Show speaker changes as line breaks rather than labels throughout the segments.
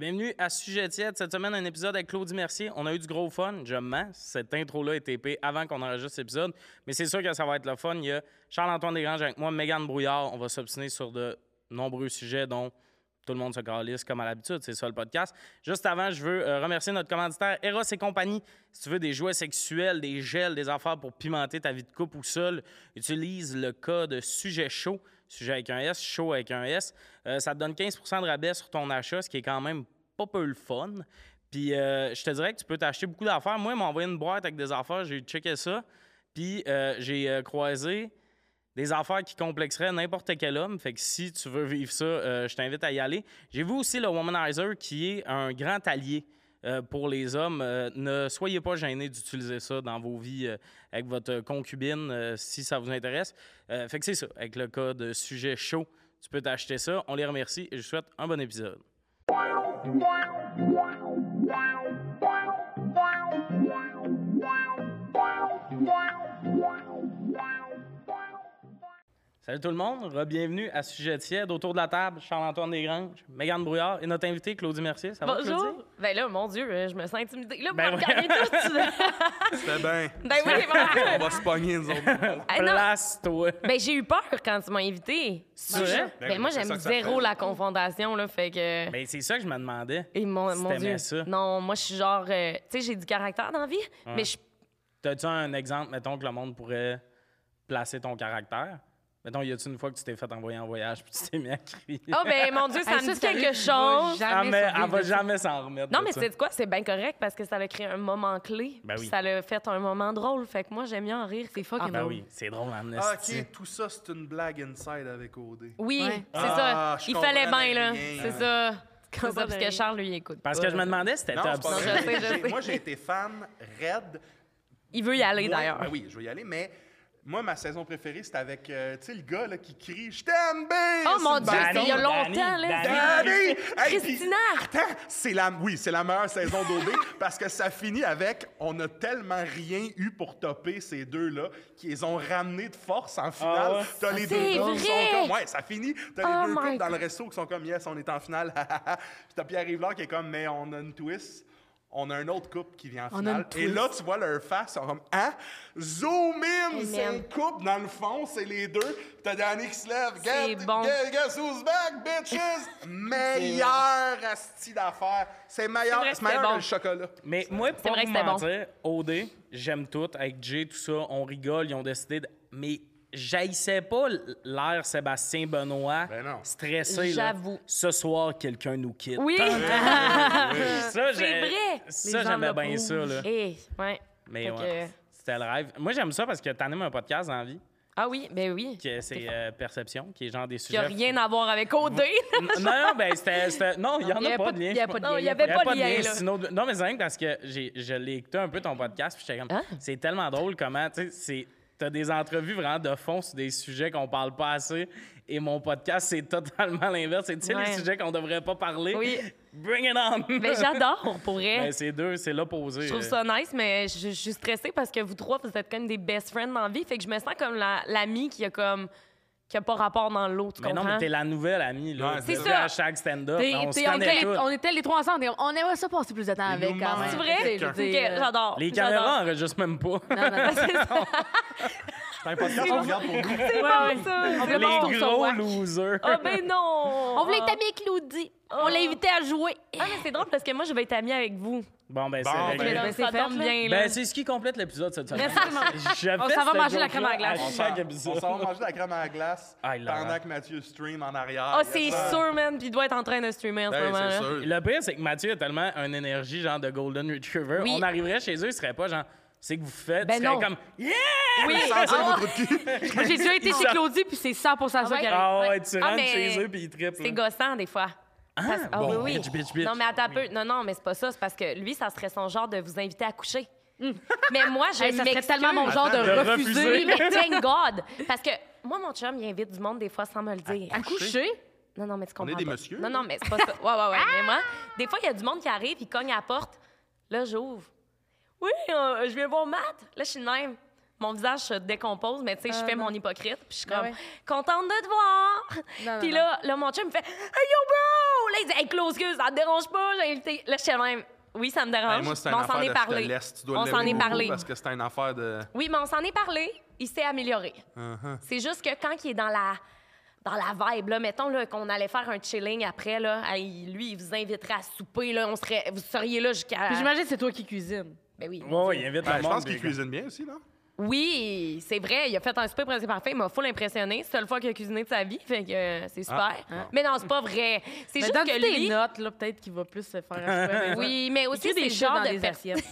Bienvenue à Sujet tiède. Cette semaine, un épisode avec Claudie Mercier. On a eu du gros fun, je me mens. Cette intro-là est TP avant qu'on enregistre l'épisode. Mais c'est sûr que ça va être le fun. Il y a Charles-Antoine Desgranges avec moi, Mégane Brouillard. On va s'obstiner sur de nombreux sujets dont tout le monde se calisse comme à l'habitude. C'est ça le podcast. Juste avant, je veux euh, remercier notre commanditaire Eros et compagnie. Si tu veux des jouets sexuels, des gels, des affaires pour pimenter ta vie de couple ou seul, utilise le code sujet chaud sujet avec un S, chaud avec un S. Euh, ça te donne 15 de rabais sur ton achat, ce qui est quand même pas peu le fun. Puis euh, je te dirais que tu peux t'acheter beaucoup d'affaires. Moi, ils m'ont envoyé une boîte avec des affaires, j'ai checké ça. Puis euh, j'ai euh, croisé des affaires qui complexeraient n'importe quel homme. Fait que si tu veux vivre ça, euh, je t'invite à y aller. J'ai vu aussi le Womanizer qui est un grand allié. euh, pour les hommes, Euh, ne soyez pas gênés d'utiliser ça dans vos vies euh, avec votre concubine euh, si ça vous intéresse. Euh, fait que c'est ça, avec le code sujet chaud, tu peux t'acheter ça. On les remercie et je vous souhaite un bon épisode. Salut tout le monde, bienvenue à Sujet tiède. Autour de la table, Charles-Antoine Desgranges, Mégane Brouillard et notre invité Claudie Mercier. Ça va Claudie?
Bonjour. Ben là, mon Dieu, euh, je me sens intimidée. Là, vous
Ben
me regardez tous. tu-
C'était bien.
ben oui, c'est bon.
On va se pogner, nous autres.
Ah, non.
Place-toi.
Ben j'ai eu peur quand tu m'as invité.
Ah C'est vrai?
Ben,
Ben
moi,
oui, c'est ça
j'aime
que ça
zéro
fait.
la confrontation, là, fait que...
Ben, c'est ça que je me demandais.
Et mon,
si
mon
t'aimais
Dieu.
ça.
Non, moi, je suis genre... euh, tu sais, j'ai du caractère dans la vie, mais je...
T'as-tu un exemple, mettons, que le monde pourrait placer ton caractère? Mettons, y a-tu une fois que tu t'es fait envoyer en voyage puis tu t'es mis à crier?
Oh, ben mon Dieu, ça
Hey,
me dit
c'est un
quelque
livre qui va
chose.
jamais
Ah, mais
sortir
elle va
de ça.
jamais s'en remettre.
Non,
de
mais
ça.
c'est quoi? C'est bien correct parce que ça a créé un moment clé.
Ben
puis
oui.
Ça l'a fait un moment drôle, fait que moi, j'aime bien en rire.
C'est fucking
Ben
drôle.
oui, c'est drôle,
Ah,
Amnesty.
ok, tout ça, c'est une blague inside avec OD.
Oui,
Ouais.
c'est
Ah,
ça.
je
Il fallait
comprends
bien, là.
rien.
C'est ça. C'est
comprends
ça, parce
rien.
que Charles, lui, il écoute.
Parce que je me demandais si
Euh, Non,
t'étais
c'est pas
obsédé.
je sais,
vrai.
je
J'ai-
sais.
Moi, j'ai été fan raide.
Il veut y aller,
Moi-
d'ailleurs.
Ben oui, je vais y aller, mais moi, ma saison préférée, c'était avec, euh, tu sais, le gars là, qui crie « Je t'aime, B! »
Oh
sur
mon
le
Dieu,
balcon.
c'était il y a
Danny,
longtemps,
Danny,
là.
Danny.
Danny! Hey, puis-
Christina!
Attends, c'est la, oui, c'est la meilleure saison d'OD parce que ça finit avec on a tellement rien eu pour topper ces deux-là qu'ils ont ramené de force en finale.
Ah ouais.
T'as les
C'est
deux couples qui
vrai!
sont comme ouais, ça finit. T'as
Oh
les deux
my
couples dans le
God.
resto qui sont comme yes, on est en finale. ha, ha, ha. Puis t'as Pierre Rivard qui est comme mais on a une twist. On a un autre couple qui vient en
On a une
finale. Et
twist.
là, tu vois leur face, ils sont comme Hein? Zoom in!
Hey,
c'est
man.
une couple dans le fond, c'est les deux. Puis t'as Danny qui se lève.
C'est
Get-
bon.
get- guess who's back, bitches! meilleur asti d'affaires. C'est meilleur,
C'est vrai que
c'est meilleur
c'était
que
bon.
le chocolat.
Mais moi, pour
vrai
vous
que c'était bon.
mentir, OD, j'aime tout. Avec Jay, tout ça, on rigole, ils ont décidé de... Mais j'haïssais pas l'air Sébastien Benoît
Ben non.
stressé. là.
J'avoue.
Ce soir, quelqu'un nous quitte.
Oui!
Ça, j'ai-
vrai!
Ça,
Les gens
j'aimais
le
bien
prouvent.
ça. Là.
Eh, ouais.
Mais
Fait
ouais,
que-
c'était le rêve. Moi, j'aime ça parce que t'animes un podcast dans la vie,
Ah oui, ben oui.
que c'est euh, Perception, qui est genre des
Il n'y
sujets...
a rien à voir avec OD.
N- Non, non, ben, c'était... c'était- Non, il y en a pas de lien.
il y a
je
pas
pense.
de lien,
Non, il n'y
y a
avait
Il y avait
pas de lien, là.
sinon- Non, mais c'est rien que parce que j'ai- je l'ai écouté un peu ton podcast, puis j'étais comme,
Ah.
c'est tellement drôle comment, tu sais, c'est- t'as des entrevues vraiment de fond sur des sujets qu'on parle pas assez, et mon podcast, c'est totalement l'inverse. C'est, tu sais, les
Ouais.
sujets qu'on devrait pas parler.
Oui.
Bring it on!
Mais Ben, j'adore, pour vrai.
Ben, c'est deux, c'est l'opposé.
Je trouve ça nice, mais je, je suis stressée parce que vous trois, vous êtes comme des best friends dans la vie. Fait que je me sens comme la- l'amie qui a comme. qui a pas rapport dans l'autre.
Mais non, mais t'es la nouvelle amie, là.
Ouais,
c'est
c'est
ça.
ça.
hashtag stand-up.
T'es-
On se
t'es- on,
connaît
était,
tous.
on était les trois ensemble et on- on aimerait ça passer plus de temps avec
nous
quand même.
manque
C'est vrai?
Tu sais,
Ok,
je veux dire, euh,
j'adore.
Les
j'adore.
caméras enregistrent même pas.
non, non, non.
C'est un podcast qu'on regarde pour nous.
C'est bon, ça.
On
c'est
voulait
bon.
pour
Les
son
gros
watch.
losers.
Ah, ben non!
On voulait être amis avec Claudie. On l'a invité à jouer.
Ah, mais c'est drôle parce que moi, je vais être amie avec vous.
Bon, ben,
Bon,
c'est
ben,
réglé.
ça
ben, c'est
tombe
fait, là.
bien, là.
Ben, c'est ce qui complète l'épisode cette semaine.
Merci, maman.
J'avais
On s'en va
ce
manger la
joke-là
crème à la glace.
À
On
chaque
s'en-
épisode.
on s'en va manger de la crème à la glace
Ah, il l'a
pendant
rend.
que Mathieu stream en arrière.
Ah,
Yes,
c'est
sir.
sûr, man. Puis il doit être en train de streamer en ce
Ben,
moment.
c'est
là.
sûr.
Le pire, c'est que Mathieu a tellement une énergie genre de Golden Retriever.
Oui.
On arriverait chez eux, il serait pas genre, c'est que vous faites.
Ben
il serait
non.
comme, yeah!
Oui,
Sans ça,
ah,
votre trou de cul.
Moi, j'ai déjà été chez Claudie, puis c'est 100 ça
ouais?
qui arrive.
Ah ouais,
Ouais.
tu
Ah,
rentres
mais-
chez eux puis ils trippent.
C'est
là.
gossant, des fois. Parce- Ah,
bon,
oui, oui.
bitch, bitch, bitch.
Non, mais attends un peu. Non, non, mais c'est pas ça. C'est parce que lui, ça serait son genre de vous inviter à coucher. mais moi, je
Hey, ça serait
Ah, m'excuse.
tellement mon genre de
Attends, de refuser.
refuser.
Oui, mais thank God. Parce que moi, mon chum, il invite du monde des fois sans me le dire.
À coucher?
Non, non, mais tu comprends
est des
pas.
messieurs,
Non,
là.
non, mais c'est pas ça. Ouais, ouais, ouais. mais
Ah!
moi, des fois, il y a du monde qui arrive, il cogne à la porte. Là, j'ouvre. Oui, euh, je viens voir Matt. Là, je suis de même. mon visage se décompose, mais tu sais, je
Ah,
fais
non.
mon hypocrite, puis je suis
Ben
comme
ouais.
contente de te voir.
non,
Puis
non.
là, là, mon chum me fait Hey yo, bro! Là, il dit Hey, Close Gueule, ça te dérange pas? J'ai invité. Là, je suis même. Oui, ça me dérange.
Hey, moi, c'est
mais
une
Ah. on s'en
affaire
est
de
parlé.
je te laisse, tu dois
on
l'aimer
s'en est
beaucoup
parlé.
Parce que c'est une affaire de.
Oui, mais on s'en est parlé. Il s'est amélioré.
Uh-huh.
C'est juste que quand il est dans la dans la vibe, là, mettons là, qu'on allait faire un chilling après, là, hey, lui, il vous inviterait à souper, là, on serait, vous seriez là jusqu'à...
Puis j'imagine que c'est toi qui cuisines.
Ah. Ben oui.
Ouais, ouais, il invite
Ben,
le
je
monde.
pense qu'il
puis-
cuisine bien aussi, non?
Oui, c'est vrai, il a fait un souper presque parfait, il m'a full impressionné. C'est la seule fois qu'il a cuisiné de sa vie, fait que euh, c'est super.
Ah, bon.
Mais non, c'est pas vrai. C'est
Mais
juste
dans
que
tes
lui...
notes, là, peut-être qu'il va plus se faire assurer.
Oui, mais aussi,
aussi
c'est
des
le
chats
genre
dans
de
des
personne-
assiettes.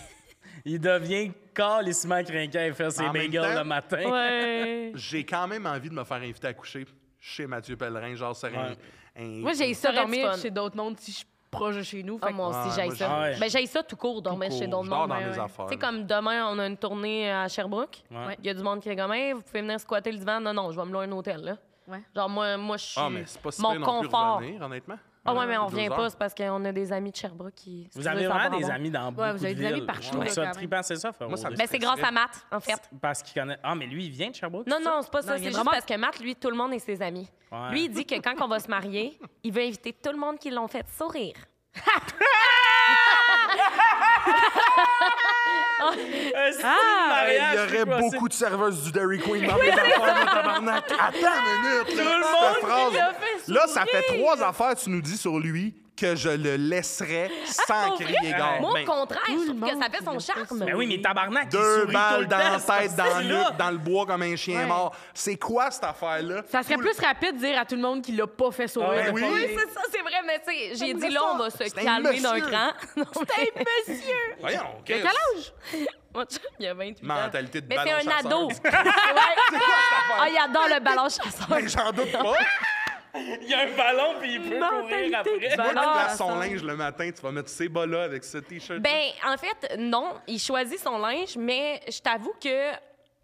Il devient calissement crinquant et fait ses
En même
bagels
temps-
le matin.
Ouais.
J'ai quand même envie de me faire inviter à coucher chez Mathieu Pellerin, genre, c'est un-
Ouais.
un-
Moi, j'ai ça
aurait du
dormir
fun.
chez d'autres mondes si je suis proche de chez nous.
Ah,
fait que-
moi aussi,
Ouais,
j'aille
moi,
ça.
j'ai-
Mais j'aille ça tout court, dormir
court.
chez d'autres
Je dors
mondes.
dans
ouais,
mes
ouais.
affaires,
Tu sais,
là.
comme demain, on a une tournée à Sherbrooke. Il
Ouais.
y a du monde qui fait comme, Hey, vous pouvez venir squatter le divan. Non, non, je vais me louer un hôtel, là.
Ouais.
Genre, moi, moi je suis.
Ah, mais c'est pas si
Mon
pire non plus
confort.
revenir, honnêtement.
Ah, ouais, mais on
Deux
revient
heures.
pas, c'est parce qu'on a des amis de Sherbrooke qui.
Vous avez vraiment des amis dans beaucoup
vous avez
de
des amis
villes.
partout,
Je trouve
là,
ça
quand
trippant, c'est ça, Faro.
Moi, ça me-
Ben, c'est grâce à Matt, en fait.
Parce qu'il connaît. Ah, mais lui, il vient de Sherbrooke?
Non,
c'est
non, c'est pas ça.
Non,
C'est
il y a
juste
vraiment-
parce que Matt, lui, tout le monde est ses amis.
Ouais.
Lui, il dit que quand on va se marier, il veut inviter tout le monde qui l'ont fait sourire.
ça? Un style de
Ah!
mariage,
Il y aurait
c'est quoi, c'est-
beaucoup de serveuses du Dairy Queen dans mes affaires, mon tabarnak. Attends une minute. là,
monde
cette
qui
phrase-
l'a fait
Là, ça fait trois affaires que tu nous dis sur lui que je le laisserais
Ah,
sans
Pour
crier
vrai?
gare.
Moi,
Ben,
au contraire,
tout
je
le
trouve que ça
monde
fait
qui
son
l'a fait
charme.
sourire.
Ben oui, mais tabarnak, il
Deux
sourit tout
balles
le
dans la
temps,
tête,
ce
dans le
style-là.
nuque, dans le bois comme un chien
Ouais.
mort. C'est quoi cette affaire-là?
Ça serait
Tout le-
plus rapide de dire à tout le monde qu'il l'a pas fait sourire.
Ah, ben
de
oui.
pas
Oui,
rire.
c'est ça, c'est vrai, mais tu sais, j'ai dit
me
là, on
sens.
va se
C'est un
calmer d'un
monsieur.
cran. C'était monsieur!
Voyons,
T'as
Chris.
quel âge?
Mon chum, il a 28 ans.
Mentalité de
Mais c'est
ballon
un ado.
chasseur.
Ouais. Ah,
affaire?
il adore le ballon chasseur.
Ben, J'en doute pas.
Il y a un ballon, puis il peut courir
Mentalité
après.
de
Toi, tu
ballon.
laves son linge le matin, tu vas mettre ces bas-là avec ce T-shirt.
Ben, en fait, non, il choisit son linge, mais je t'avoue que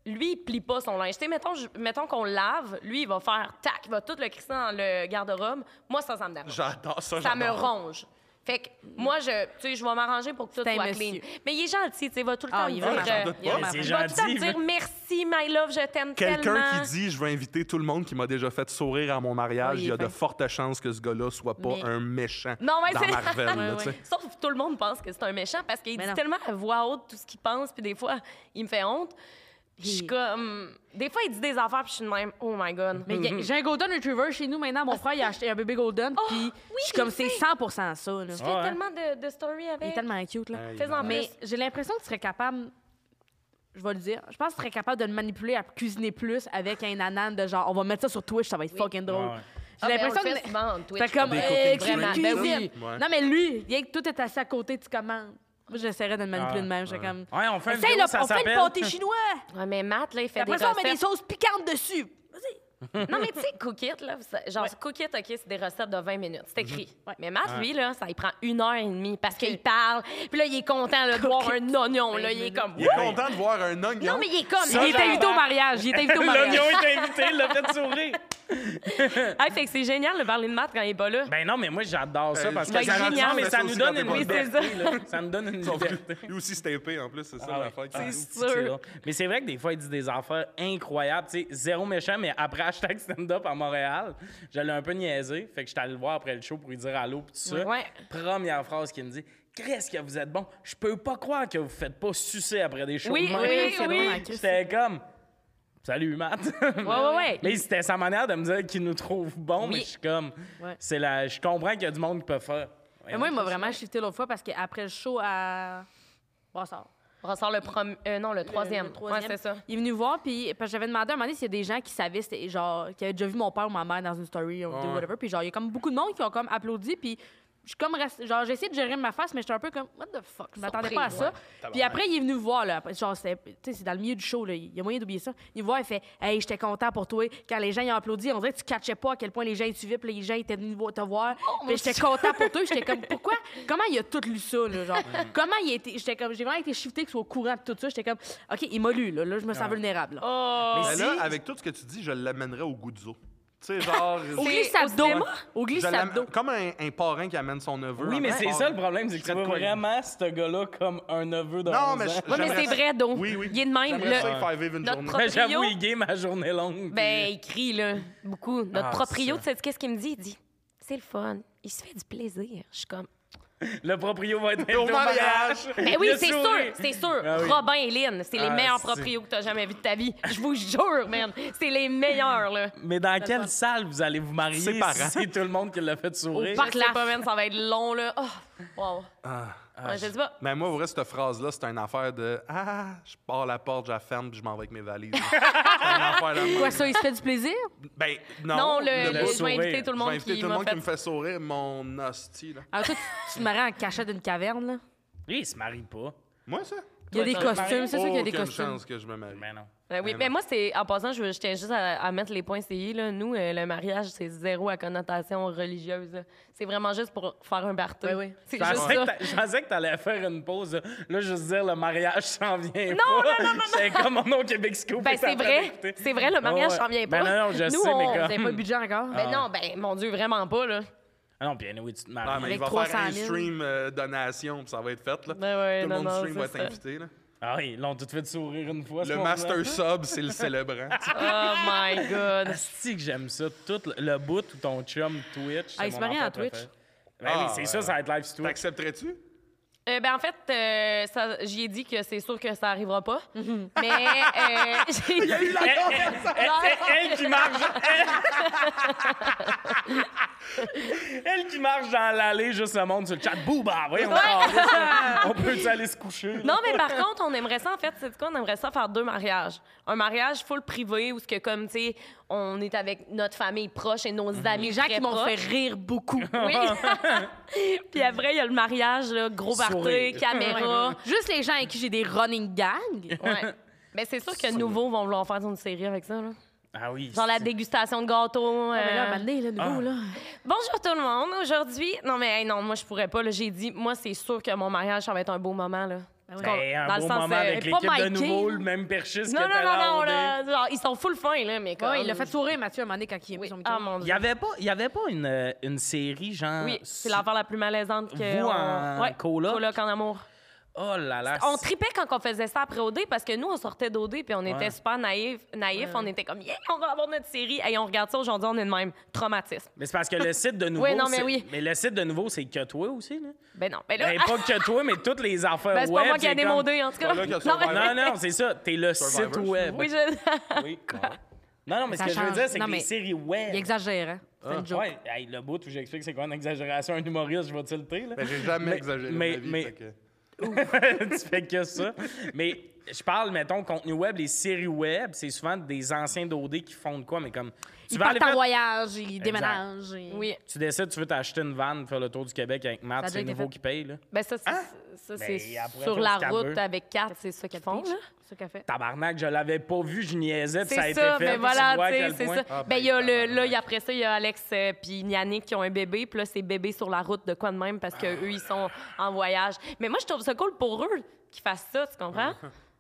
lui, il plie pas son linge. Tu sais, mettons, je- mettons qu'on le lave, lui, il va faire tac, il va tout le crisser dans le garde-robe. Moi, ça, ça me dérange.
J'adore ça,
Ça me
j'adore.
ronge. Fait que moi, je, tu sais, je vais m'arranger pour que tout
C'est un
soit clean.
monsieur.
Mais il est gentil, tu sais, il va tout le
Ah,
temps me
il va,
dire...
j'en
euh,
doute pas.
il va
Mais
c'est
tout le temps me
gentil,
dire
là.
merci, my love, je t'aime tellement.
Quelqu'un qui dit je vais inviter tout le monde qui m'a déjà fait sourire à mon mariage,
Oui,
il y a de
fin.
fortes chances que ce gars-là soit pas
Mais-
un méchant
Non, mais
dans
c'est-
Marvel. là,
Ouais,
tu sais.
ouais.
Sauf que tout le monde pense que c'est un méchant parce qu'il
Mais
dit
non.
tellement à voix haute tout ce qu'il pense, puis des fois, il me fait honte. Je suis
Et-
comme. Des fois, il dit des affaires, puis je suis de même, oh my God.
Mais y
Mhm.
Mhm.
a- j'ai un Golden Retriever chez nous maintenant. Mon frère, il a acheté un bébé Golden.
Oh,
puis
Ah, oui,
je suis
je
comme,
le
c'est
sais. Euh,
100 ça. Là.
Je
Ah
fais
ouais.
tellement de, de stories
Il est
avec.
tellement cute. Là.
Ouais, il est
Fais-en
malade.
Mais j'ai l'impression que tu serais capable, je vais le dire, je pense que tu serais capable de le manipuler à cuisiner plus avec un anan de genre, on va mettre ça sur Twitch, ça va être fucking drôle.
Ouais, ouais.
Ah, ben,
J'ai l'impression que. T'es comme,
Des
euh,
cooking streams,
cuisine, cuisine.
là. Ben
oui. Ouais.
Non, mais lui, rien que tout est assis à côté, tu commandes. Moi, j'essaierais de le manipuler
Ah,
de même. Je serais comme.
Ouais, on fait une
Essaye,
vidéo,
là,
ça
on fait
s'appelle...
une pâté chinois.
Ouais, mais Matt, là, il fait des
Après ça, on met des
recettes.
sauces piquantes dessus. Vas-y.
non, mais tu sais, Cookit, là, ça- genre Cookit, OK, c'est des recettes de 20 minutes. C'est écrit.
Ouais.
Mais Matt,
Ouais.
lui, là, ça, il prend une heure et demie parce qu'il parle. Puis là, il est content là, de voir un oignon. Là, il est comme.
Il est content de voir un oignon.
Non, mais il est comme.
Ça,
Il est
j'en-
invité au mariage. Il est invité au mariage.
L'oignon est invité, il l'a fait sourire.
Hey, Ah, fait que c'est génial de parler de maths quand il est pas là.
Ben non, mais moi, j'adore ça
Euh,
parce
je
que
vais
ça,
être génial,
mais
mais
ça
ça
nous
aussi
donne
quand
une
t'es
Oui, c'est
liberté.
ça.
là. Ça nous donne une
Sauf que
liberté.
Lui aussi, c'est épais en plus, c'est ça
Ah ouais.
l'affaire. qui-
Ah,
Ah,
c'est
sûr.
long. Mais c'est vrai que des fois, ils disent des affaires incroyables. Tu sais, zéro méchant, mais après hashtag stand-up à Montréal, j'allais un peu niaiser. Fait que j'étais allé le voir après le show pour lui dire allô pis tout ça.
Ouais.
Première phrase qu'il me dit Qu'est-ce que vous êtes bon Je peux pas croire que vous faites pas sucer après des shows.
Oui,
de même.
oui,
c'est
oui.
drôle, hein, Chris.
J'étais comme Salut, Matt.
Ouais, ouais, ouais.
Mais c'était sa manière de me dire qu'il nous trouve bon, mais
Oui.
je suis comme.
Ouais.
C'est la. Je comprends qu'il y a du monde qui peut faire.
Mais moi, il m'a vraiment shifté l'autre fois parce qu'après le show à. Brossard.
On ressort le prom... euh, non, le troisième.
Le troisième.
Ouais, c'est ça.
Il est venu voir, puis parce que j'avais demandé à un moment donné s'il y a des gens qui savaient, c'était genre, qui avaient déjà vu mon père ou ma mère dans une story ou
Ouais.
whatever. Puis genre, il y a comme beaucoup de monde qui ont comme applaudi, puis je suis comme rest- genre j'ai essayé de gérer ma face mais j'étais un peu comme what the fuck je m'attendais pas à
Surprise,
ça puis après il est venu me voir là Après, genre c'est tu sais c'est dans le milieu du show là il y a moyen d'oublier ça il me voit il fait hey j'étais content pour toi quand les gens ils ont applaudi on dirait que tu catchais pas à quel point les gens ils suivaient puis les gens étaient venus vo- te voir
Oh,
puis j'étais content pour toi j'étais comme pourquoi comment il a tout lu ça là genre comment il a été j'étais comme j'ai vraiment été shifté qu'il soit au courant de tout ça j'étais comme ok il m'a lu là là je me sens vulnérable là.
Oh,
Mais là, avec tout ce que tu dis, je l'amènerais au goût du zoo. Tu sais, genre.
Au
C'est
glissado.
au cinéma?
je
Au glissado.
l'aime- comme un, un parrain qui amène son neveu.
Oui,
en
mais
même
c'est
temps.
ça le problème, c'est que
Je
tu vois
serais de quoi-
vraiment ce gars-là comme un neveu de
Non,
11
mais
ans.
je-
Ouais, mais
J'aimerais
c'est
ça-
vrai, donc.
Oui, oui.
Il est de même.
J'aimerais
Là,
ça y faire vivre une
notre
journée.
propre-
Ben, j'avoue,
Proprio.
il game à journée longue.
ben,
puis-
il crie, là, beaucoup. Notre
Ah,
proprio,
ça.
tu sais, qu'est-ce qu'il me dit? Il dit, c'est le fun. Il se fait du plaisir. Je suis comme,
Le proprio va être invité
Au mariage.
Mais Ben oui,
Il a
c'est
souri.
sûr, c'est sûr.
Ah oui.
Robin et Lynn, c'est les
Ah,
meilleurs
c'est-
proprios que t'as jamais vus de ta vie. Je vous jure, man. C'est les meilleurs, là.
Mais dans quelle salle vous allez vous marier
Ses parents.
si c'est tout le monde qui l'a fait sourire?
Par la semaine, ça va être long, là. Oh, wow.
Ah.
Ouais, je sais pas.
Mais moi, au vrai, cette phrase-là, c'est une affaire de Ah, je pars la porte, je la ferme, puis je m'en vais avec mes valises. c'est une affaire de
Quoi, ça, il se fait du plaisir?
Ben, non.
Non, le,
le
le- je vais
sourire.
inviter tout le
Je vais
monde
inviter
qui
tout le
m'a
monde qui me
fait...
fait sourire, mon hostie, là.
Alors, Ah, toi, tu, tu te maries en cachette d'une caverne, là.
Lui, il se marie pas.
Moi, ça?
Il y a
Ouais,
des
ça va te
costumes, c'est sûr qu'il y a des
Aucune
costumes.
chance que je me marie.
Mais non.
Ben oui,
Mais
mais
non.
moi, c'est en passant, je, je tiens juste à, à mettre les points CI. Là. Nous, euh, le mariage, c'est zéro à connotation religieuse. là. C'est vraiment juste pour faire un barter.
Ouais, ouais.
C'est
Je
juste
pensais,
ça.
que t'a- je pensais que t'allais faire une pause. Là, Là, je veux dire, le mariage s'en vient non,
non, non, non, non.
C'est comme mon nom Québec Scoop.
Ben,
est en
c'est
train
vrai.
d'écouter.
C'est vrai, le mariage
Ouais, ouais.
s'en vient
Ben
pas.
non, non, je
Nous,
sais, Ah. mais
on-
comme-
Vous n'avez pas de budget encore?
Ben non, ben mon Dieu, vraiment pas, là.
Ah non, bien oui, tu te
Ah,
maries.
mais il
Avec
va faire
300
un
000.
stream euh, donation, puis ça va être fait, là.
Ben ouais,
Tout le
non,
monde du
non,
stream va être
c'est ça.
invité, là.
Ah oui, ils l'ont tout fait sourire une fois.
Le master sub, c'est le célébrant.
Oh my God.
Si que j'aime ça. Tout le, le bout où ton chum Twitch.
Ah,
c'est
il se
mon
marie
affaire
en Twitch?
préférée. Ben
Ah,
oui, c'est ça,
ouais.
ça va être live sur Twitch.
T'accepterais-tu?
Euh, ben en fait, euh, ça- j'y ai dit que c'est sûr que ça arrivera pas. Mais euh, j'ai-
Elle, elle- elle- elle- elle qui marche. Elle, Elle qui marche dans l'allée, juste le monde sur le chat. Booba, voyons. On peut aller se coucher. là?
non, mais par contre, on aimerait ça en fait, c'est quoi On aimerait ça faire deux mariages. Un mariage full privé où ce que comme tu sais, on est avec notre famille proche et
Mhm.
nos amis
Les gens
très
qui m'ont fait
proches.
rire beaucoup.
Oui. Puis après, il y a le mariage, là, gros party,
Sourire.
caméra.
Juste les gens avec qui j'ai des running gangs.
Ouais. Mais c'est sûr que Nouveau vont vouloir faire une série avec ça. Là.
Ah oui.
Genre la
c'est-
dégustation de gâteaux.
Mais là,
euh,
un moment donné, là, nouveau,
Ah.
là.
Bonjour tout le monde. Aujourd'hui, non mais hey, non, moi je pourrais pas. là. J'ai dit, moi c'est sûr que mon mariage ça va être un beau moment là.
Ben, un
Dans le
beau
sens,
moment
euh,
avec
pas
l'équipe de
Mikey.
nouveau, le même perchiste
Non
que
non
t'as
non non
laudé.
là, genre, ils sont full fin là, mais comme.
Ouais, il l'a fait sourire, Mathieu, à un moment donné, quand il a mis son micro.
Ah mon
Il
dieu.
n'y avait pas, il y avait pas une, euh, une série genre.
Oui, c'est l'affaire la plus malaisante que.
Euh, Vous
on-
en
ouais,
coloc?
en amour.
Oh là là.
On tripait quand on faisait ça après OD parce que nous on sortait d'OD puis on était
Ouais.
super naïfs, naïfs. On était comme yeah, on va avoir notre série et on regarde ça aujourd'hui on est de même traumatisme.
Mais c'est parce que le site de nouveau.
Oui, non, mais
c'est-
oui.
le site de nouveau, c'est que toi aussi, là.
Ben non, ben là.
Ben, pas que toi, mais toutes les affaires
ben, c'est pas
web,
moi qui a
comme-
démodé en tout cas.
pas là que
Non, mais-
Non, non, c'est ça. T'es le site
Survivor,
web.
Oui, je-
Oui. Non, non, mais
Ça
ce que je
change.
veux dire, c'est
Non,
que les
mais
séries web. Ah,
Il exagère, hein? C'est une joke.
Ouais, hey, le bout où j'explique c'est quoi une exagération, un humoriste, je vais tilter. Là.
Ben, j'ai jamais
Mais-
exagéré.
mais-
ma vie,
mais-
fait que-
tu fais que ça. Mais je parle, mettons, contenu web, les séries web, c'est souvent des anciens d'OD qui font de quoi, mais comme. Tu
Il
vas
part
aller
en
faire-
voyage, il déménage. et-
Oui.
Tu décides, tu veux t'acheter une van, faire le tour du Québec avec
Ça a
Matt,
déjà
c'est
été
nouveau
fait.
qui paye, là.
Ben ça, c'est, ça,
Ben,
c'est
après,
sur
faut
la
se calmer.
route avec quatre, c'est ça qu'ils font.
Pitch,
là.
c'est ça qu'elle fait.
Tabarnak, je l'avais pas vu, je niaisais, puis
C'est
ça a
ça,
été fait.
mais
puis
voilà,
tu vois à
tu sais,
quel
c'est
point-
ça.
Ah,
ben,
ben,
il y a le,
tabarnak.
là, il y a- après ça, il y a Alex euh, puis Yannick qui ont un bébé, puis là, c'est bébé sur la route de quoi de même parce que eux, ils sont en voyage. Mais moi, je trouve ça cool pour eux qu'ils fassent ça, tu comprends?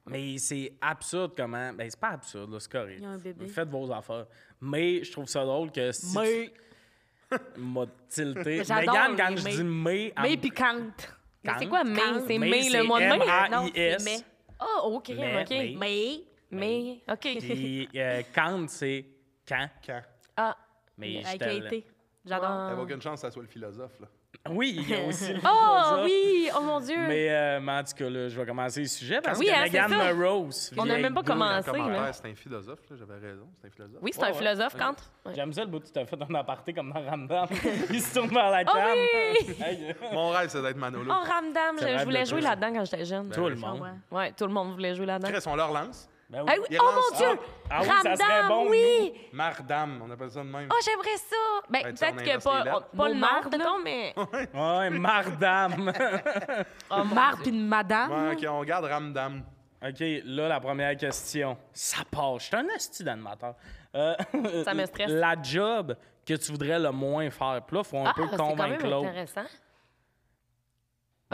Mais c'est absurde comment. Ben, c'est pas absurde, là, c'est correct.
Il y a un bébé.
Faites vos affaires. Mais je trouve ça drôle que si.
Mais,
tu M'a tilté.
J'adore
Megan, quand
les
je
mais.
dis mais. elle
mais
me-
piquante.
Mais c'est
Quand-
quoi, mai?
quand-
C'est
May,
mai,
c'est
le mois de mai?
M-A-I-S.
Non, c'est mais.
Ah, oh, OK,
Mais, mais.
OK. Mais,
Mais.
mais, OK.
Puis euh, quand, c'est quand.
Quand?
Ah,
Mais je
Avec
te-
Haïti. J'adore.
Ah,
T'avais aucune chance que ça soit le philosophe, là.
Oui, il y a aussi le
oh,
philosophe.
oui, oh mon Dieu.
Mais, euh, mais en tout cas, là, je vais commencer le sujet parce
Oui,
que
hein, c'est
Megan
ça.
Morose.
On n'a
vient
même pas
d'où?
commencé,
En commentaire,
là.
c'est un philosophe, là. J'avais raison, c'est un philosophe.
Oui, c'est un
Oh, ouais.
philosophe, Kant. Ouais.
J'aime ça le bout que tu t'as fait en aparté comme dans Ramdam. il se tourne vers la cam.
Oh, oui!
Hey,
Mon rêve, c'est d'être Manolo.
Oh, Ramdam,
C'est
je, je
rêve
voulais
de
jouer
toi, ça.
là-dedans quand j'étais jeune.
tout le
Ah
monde.
ouais.
Ouais, tout le monde voulait jouer là-dedans.
Chris, on leur lance.
Ben
Ah oui,
Il
Oh
relance.
mon Dieu!
Ah oui, ça
Ramdam,
serait bon,
oui!
Mardam, on appelle ça de même.
Oh, j'aimerais ça! Ben,
Ben, tu sais, on
peut-être
a
que
inversé
pas,
les lettres.
pas le
Mon
marde,
marde, là.
mettons, mais.
Ouais, Mardam.
Oh, Marre pis de madame.
Ouais, OK, on garde Ramdam.
OK, là, la première question. Ça part. Je suis un asti d'animateur. Euh,
Ça me stresse.
La job que tu voudrais le moins faire. Puis là, faut un
Ah,
peu
c'est quand même
convaincre l'autre.
intéressant.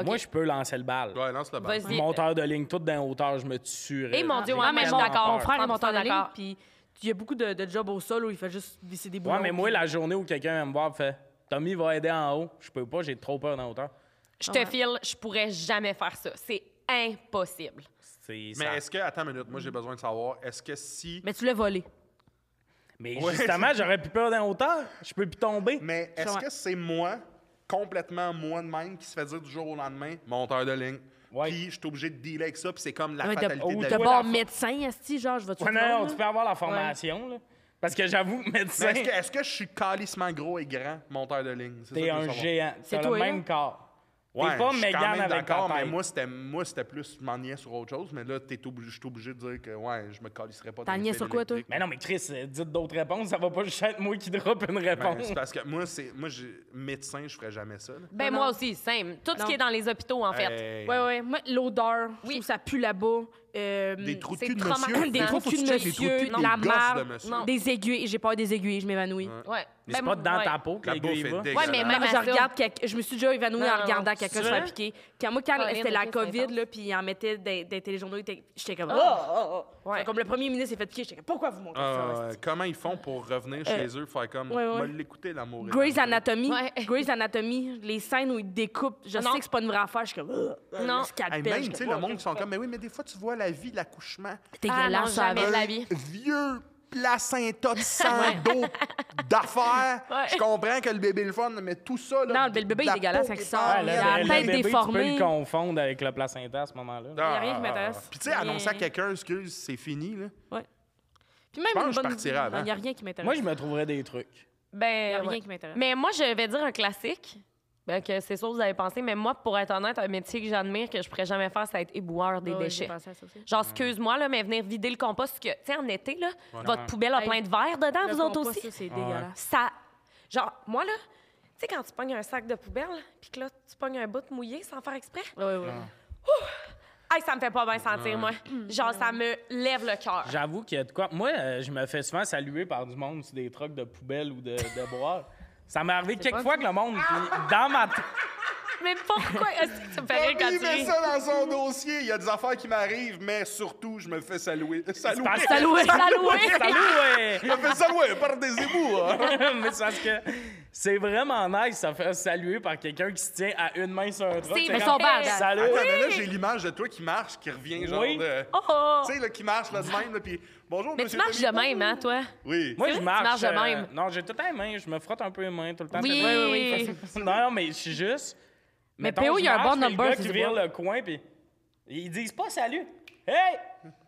Moi, je peux lancer le bal.
Ouais, lance le bal.
Vas-y.
Monteur de ligne, tout d'un hauteur, je me tuerais. Ah,
Eh, mon Dieu,
J'ai
ouais, mais je suis
tellement
d'accord.
peur.
Mon frère est
100%
monteur de ligne,
d'accord.
puis il y a beaucoup de, de jobs au sol où il fait juste visser des boulons.
Ouais, mais moi,
puis-
la journée où quelqu'un vient me voir fait Tommy va aider en haut, je peux pas, j'ai trop peur dans la hauteur.
Je
Ouais.
te file, je pourrais jamais faire ça. C'est impossible.
C'est ça.
Mais est-ce que, attends une minute, moi j'ai besoin de savoir, est-ce que si.
Mm. Mais tu l'as volé.
Mais
Ouais,
justement, j'aurais plus peur dans la hauteur, je peux plus tomber.
Mais est-ce
Sûrement.
que c'est moi, complètement moi de même, qui se fait dire du jour au lendemain, monteur de ligne,
Ouais.
puis je suis obligé de dealer avec ça, puis c'est comme la
Ouais, de,
fatalité
ou
de
de
la vie.
la
bord
fa-
médecin, asti, genre, je vais te
Ouais, non, non, tu peux avoir la
formation.
formation, là. Parce que j'avoue,
Mais
médecin,
Est-ce que, est-ce que je suis calissement gros et grand, monteur de ligne? C'est ça que
t'es
je veux
un
savoir.
géant.
C'est
T'as le
toi, là.
même corps.
Ouais,
t'es pas
je suis quand
Mégane
même
avec
d'accord,
ta
mais
tête.
moi, c'était, moi, c'était plus, je m'ennuyais sur autre chose, mais là, t'es obligé, je suis obligé de dire que, ouais, je me calisserais pas. dans les
T'ennuyais sur quoi, toi?
électriques.
Mais non, mais Chris, euh, dites d'autres réponses, ça va pas juste être moi qui drop une
Ben,
réponse.
c'est parce que moi, c'est, moi j'ai- médecin, je ferais jamais ça. là.
Ben
Non,
moi
non.
aussi, Sam. Tout ce
Non.
qui est dans les hôpitaux, en fait.
Hey,
Ouais, ouais. Moi, l'odeur, je
Oui.
trouve ça pue là-bas. Euh,
Des trous de
c'est
cul de
traumatisant.
monsieur.
Des
fois,
trous
trous
de
faut que tu
de cul de
checkes les trous
monsieur,
de cul
de
des
la
gosses de
marde,
monsieur.
Non.
des aiguilles. J'ai peur des aiguilles, je m'évanouis.
Ouais.
Mais c'est
Ben,
pas dans
ouais.
ta peau que
La bouffe
l'aiguille
est
va.
dégueulasse.
Ouais, mais
Ah,
même-
je
ça.
regarde, quelque- je me suis déjà évanouie
Non,
en
non,
regardant
non.
quelqu'un
C'est
se
vrai?
faire piquer. Quand moi, quand
Colin,
c'était la
ok, c'est
COVID,
intense. Oh,
là, puis il en mettait des, des téléjournaux, j'étais- j'étais comme...
Ouais.
Fait Comme le premier ministre s'est fait piquer, j'étais comme, pourquoi vous montrez ça?
Euh,
esti?
comment ils font pour revenir chez eux, faire comme,
ouais, ouais.
va l'écouter, l'amour. est
Grey's
dans le
Anatomy,
Ouais.
Grey's Anatomy, les scènes où ils découpent, je
Non.
sais que c'est pas une vraie affaire, je suis comme... Ugh, ugh,
Non.
le
Hey,
scalpel,
même,
j'étais
tu sais,
comme,
le monde, qui sont comme, mais oui, mais des fois, tu vois la vie, l'accouchement.
T'es
Ah, non,
dégueulasse, ça
jamais
va.
de la vie.
Vieux placenta de sang, d'eau, d'affaires.
Ouais.
Je comprends que le bébé est le fun, mais tout ça, là.
Non, le bébé, il est dégueulasse, avec ça.
Ouais,
Il a la
le- le
tête
bébé, Tu
déformée.
peux le confondre avec le placenta à ce moment-là.
Il y a rien qui m'intéresse.
Ah. Puis, tu sais, annoncer à
Mais-
quelqu'un, excuse, c'est fini, là.
Puis même
Je pense
une
que je
bonne-
partirais avant.
Non, Il y a rien qui m'intéresse.
Moi, je me trouverais des trucs.
Ben,
Y a rien
ouais.
qui m'intéresse.
Mais moi, je vais dire un classique. Ben, que c'est sûr que vous avez pensé, mais moi, pour être honnête, un métier que j'admire, que je pourrais jamais faire, c'est être éboueur des
Ouais, ouais, j'ai
déchets.
pensé à ça aussi.
Genre, excuse-moi, là, mais venir vider le compost, que, tu sais, en été, là, votre poubelle a
Hey,
plein de verre dedans,
Le
vous autres
compost,
aussi.
ça, C'est dégueulasse.
ça. Genre, moi, là, tu sais, quand tu pognes un sac de poubelle, puis que là, tu pognes un bout de mouillé sans faire exprès,
Ouais,
Ah.
ouais, ouais.
hey, ça me fait pas bien sentir, moi.
Mm.
Genre, ça me lève le cœur.
J'avoue qu'il y a de quoi. Moi, euh, je me fais souvent saluer par du monde sur des trucks de poubelle ou de, de boire. Ça m'est arrivé quelques fois que le monde, puis dans ma t-
Mais pourquoi est-ce que ça me fait rire quand
Tommy
tu
met
ris?
ça dans son dossier. Il y a des affaires qui m'arrivent, mais surtout, je me fais saluer. Saluer!
parce que-
Saloué,
Salut, ouais!
Je me fais saluer par des émous, hein.
Mais c'est parce que c'est vraiment nice ça faire saluer par quelqu'un qui se tient à une main sur un truc.
C'est
C'est
Mais
comme,
son bad.
Salut!
Attends, mais là, j'ai l'image de toi qui marche, qui revient, genre
Oui.
de.
Oh, oh.
Tu sais, là, qui marche, là, de même, là, puis bonjour,
Mais tu
monsieur
marches de
Tommy.
même, hein, toi?
Oui.
Moi, je
Tu
marche.
marches de
euh,
même.
non, j'ai tout le temps les mains. Je me frotte un peu les mains tout le temps.
Oui.
C'est-
oui,
Non, non, mais je suis juste.
Mais
mettons,
PO,
je
il y a un
marche,
bon
puis
number,
Le gars
c'est
qui
du
vire
bois.
le coin, puis ils disent pas salut. Hey!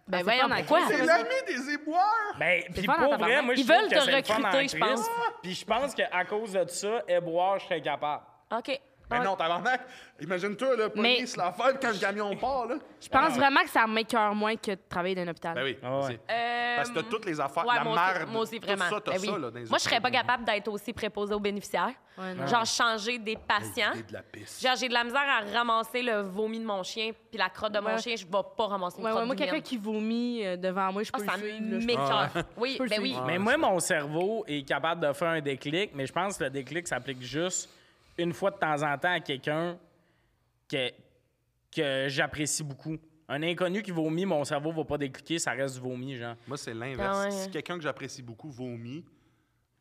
Ben,
c'est
voyons,
pas en
pourquoi?
C'est l'ami des éboueurs!
Ben, puis
fun en
pour vrai,
tabarnak.
moi, je
Ils
trouve
veulent
que
te
c'est le fun en
recruter, je
crise. Ah!
pense.
Puis je pense qu'à cause de ça, Éboire, je serais capable.
OK.
Mais Ben non, tabarnak! Imagine-toi, là, pogné
Mais-
sur l'affaire, puis quand le camion part, là.
Je pense vraiment que ça m'écœure moins que de travailler dans un hôpital.
Ben oui.
Ah ouais.
c'est-
Euh,
Parce que t'as toutes les affaires,
ouais,
la
moi aussi-
merde,
Moi aussi,
tout
vraiment.
ça, t'as
Ben
ça,
oui.
là, dans les
moi, je serais pas
hôpitaux.
capable d'être aussi préposée aux bénéficiaires.
Ouais, non.
Genre, changer des patients.
Vider de la pisse.
Genre, j'ai de la misère à ramasser le vomi de mon chien, puis la crotte de mon
Ouais.
chien, je vais pas ramasser une
Ouais, ouais,
crotte
moi, quelqu'un
d'humaine.
qui vomit euh, devant moi, je
Ah,
peux
ça
le suivre. là, je-
m'écoeure. Oui,
peux le
ben oui.
Ah,
suivre.
Mais moi, mon cerveau est capable de faire un déclic, mais je pense que le déclic s'applique juste une fois de temps en temps à quelqu'un que, que j'apprécie beaucoup. Un inconnu qui vomit, mon cerveau va pas décliquer, ça reste du vomi, genre.
Moi, c'est l'inverse.
Ah ouais.
Si quelqu'un que j'apprécie beaucoup vomit,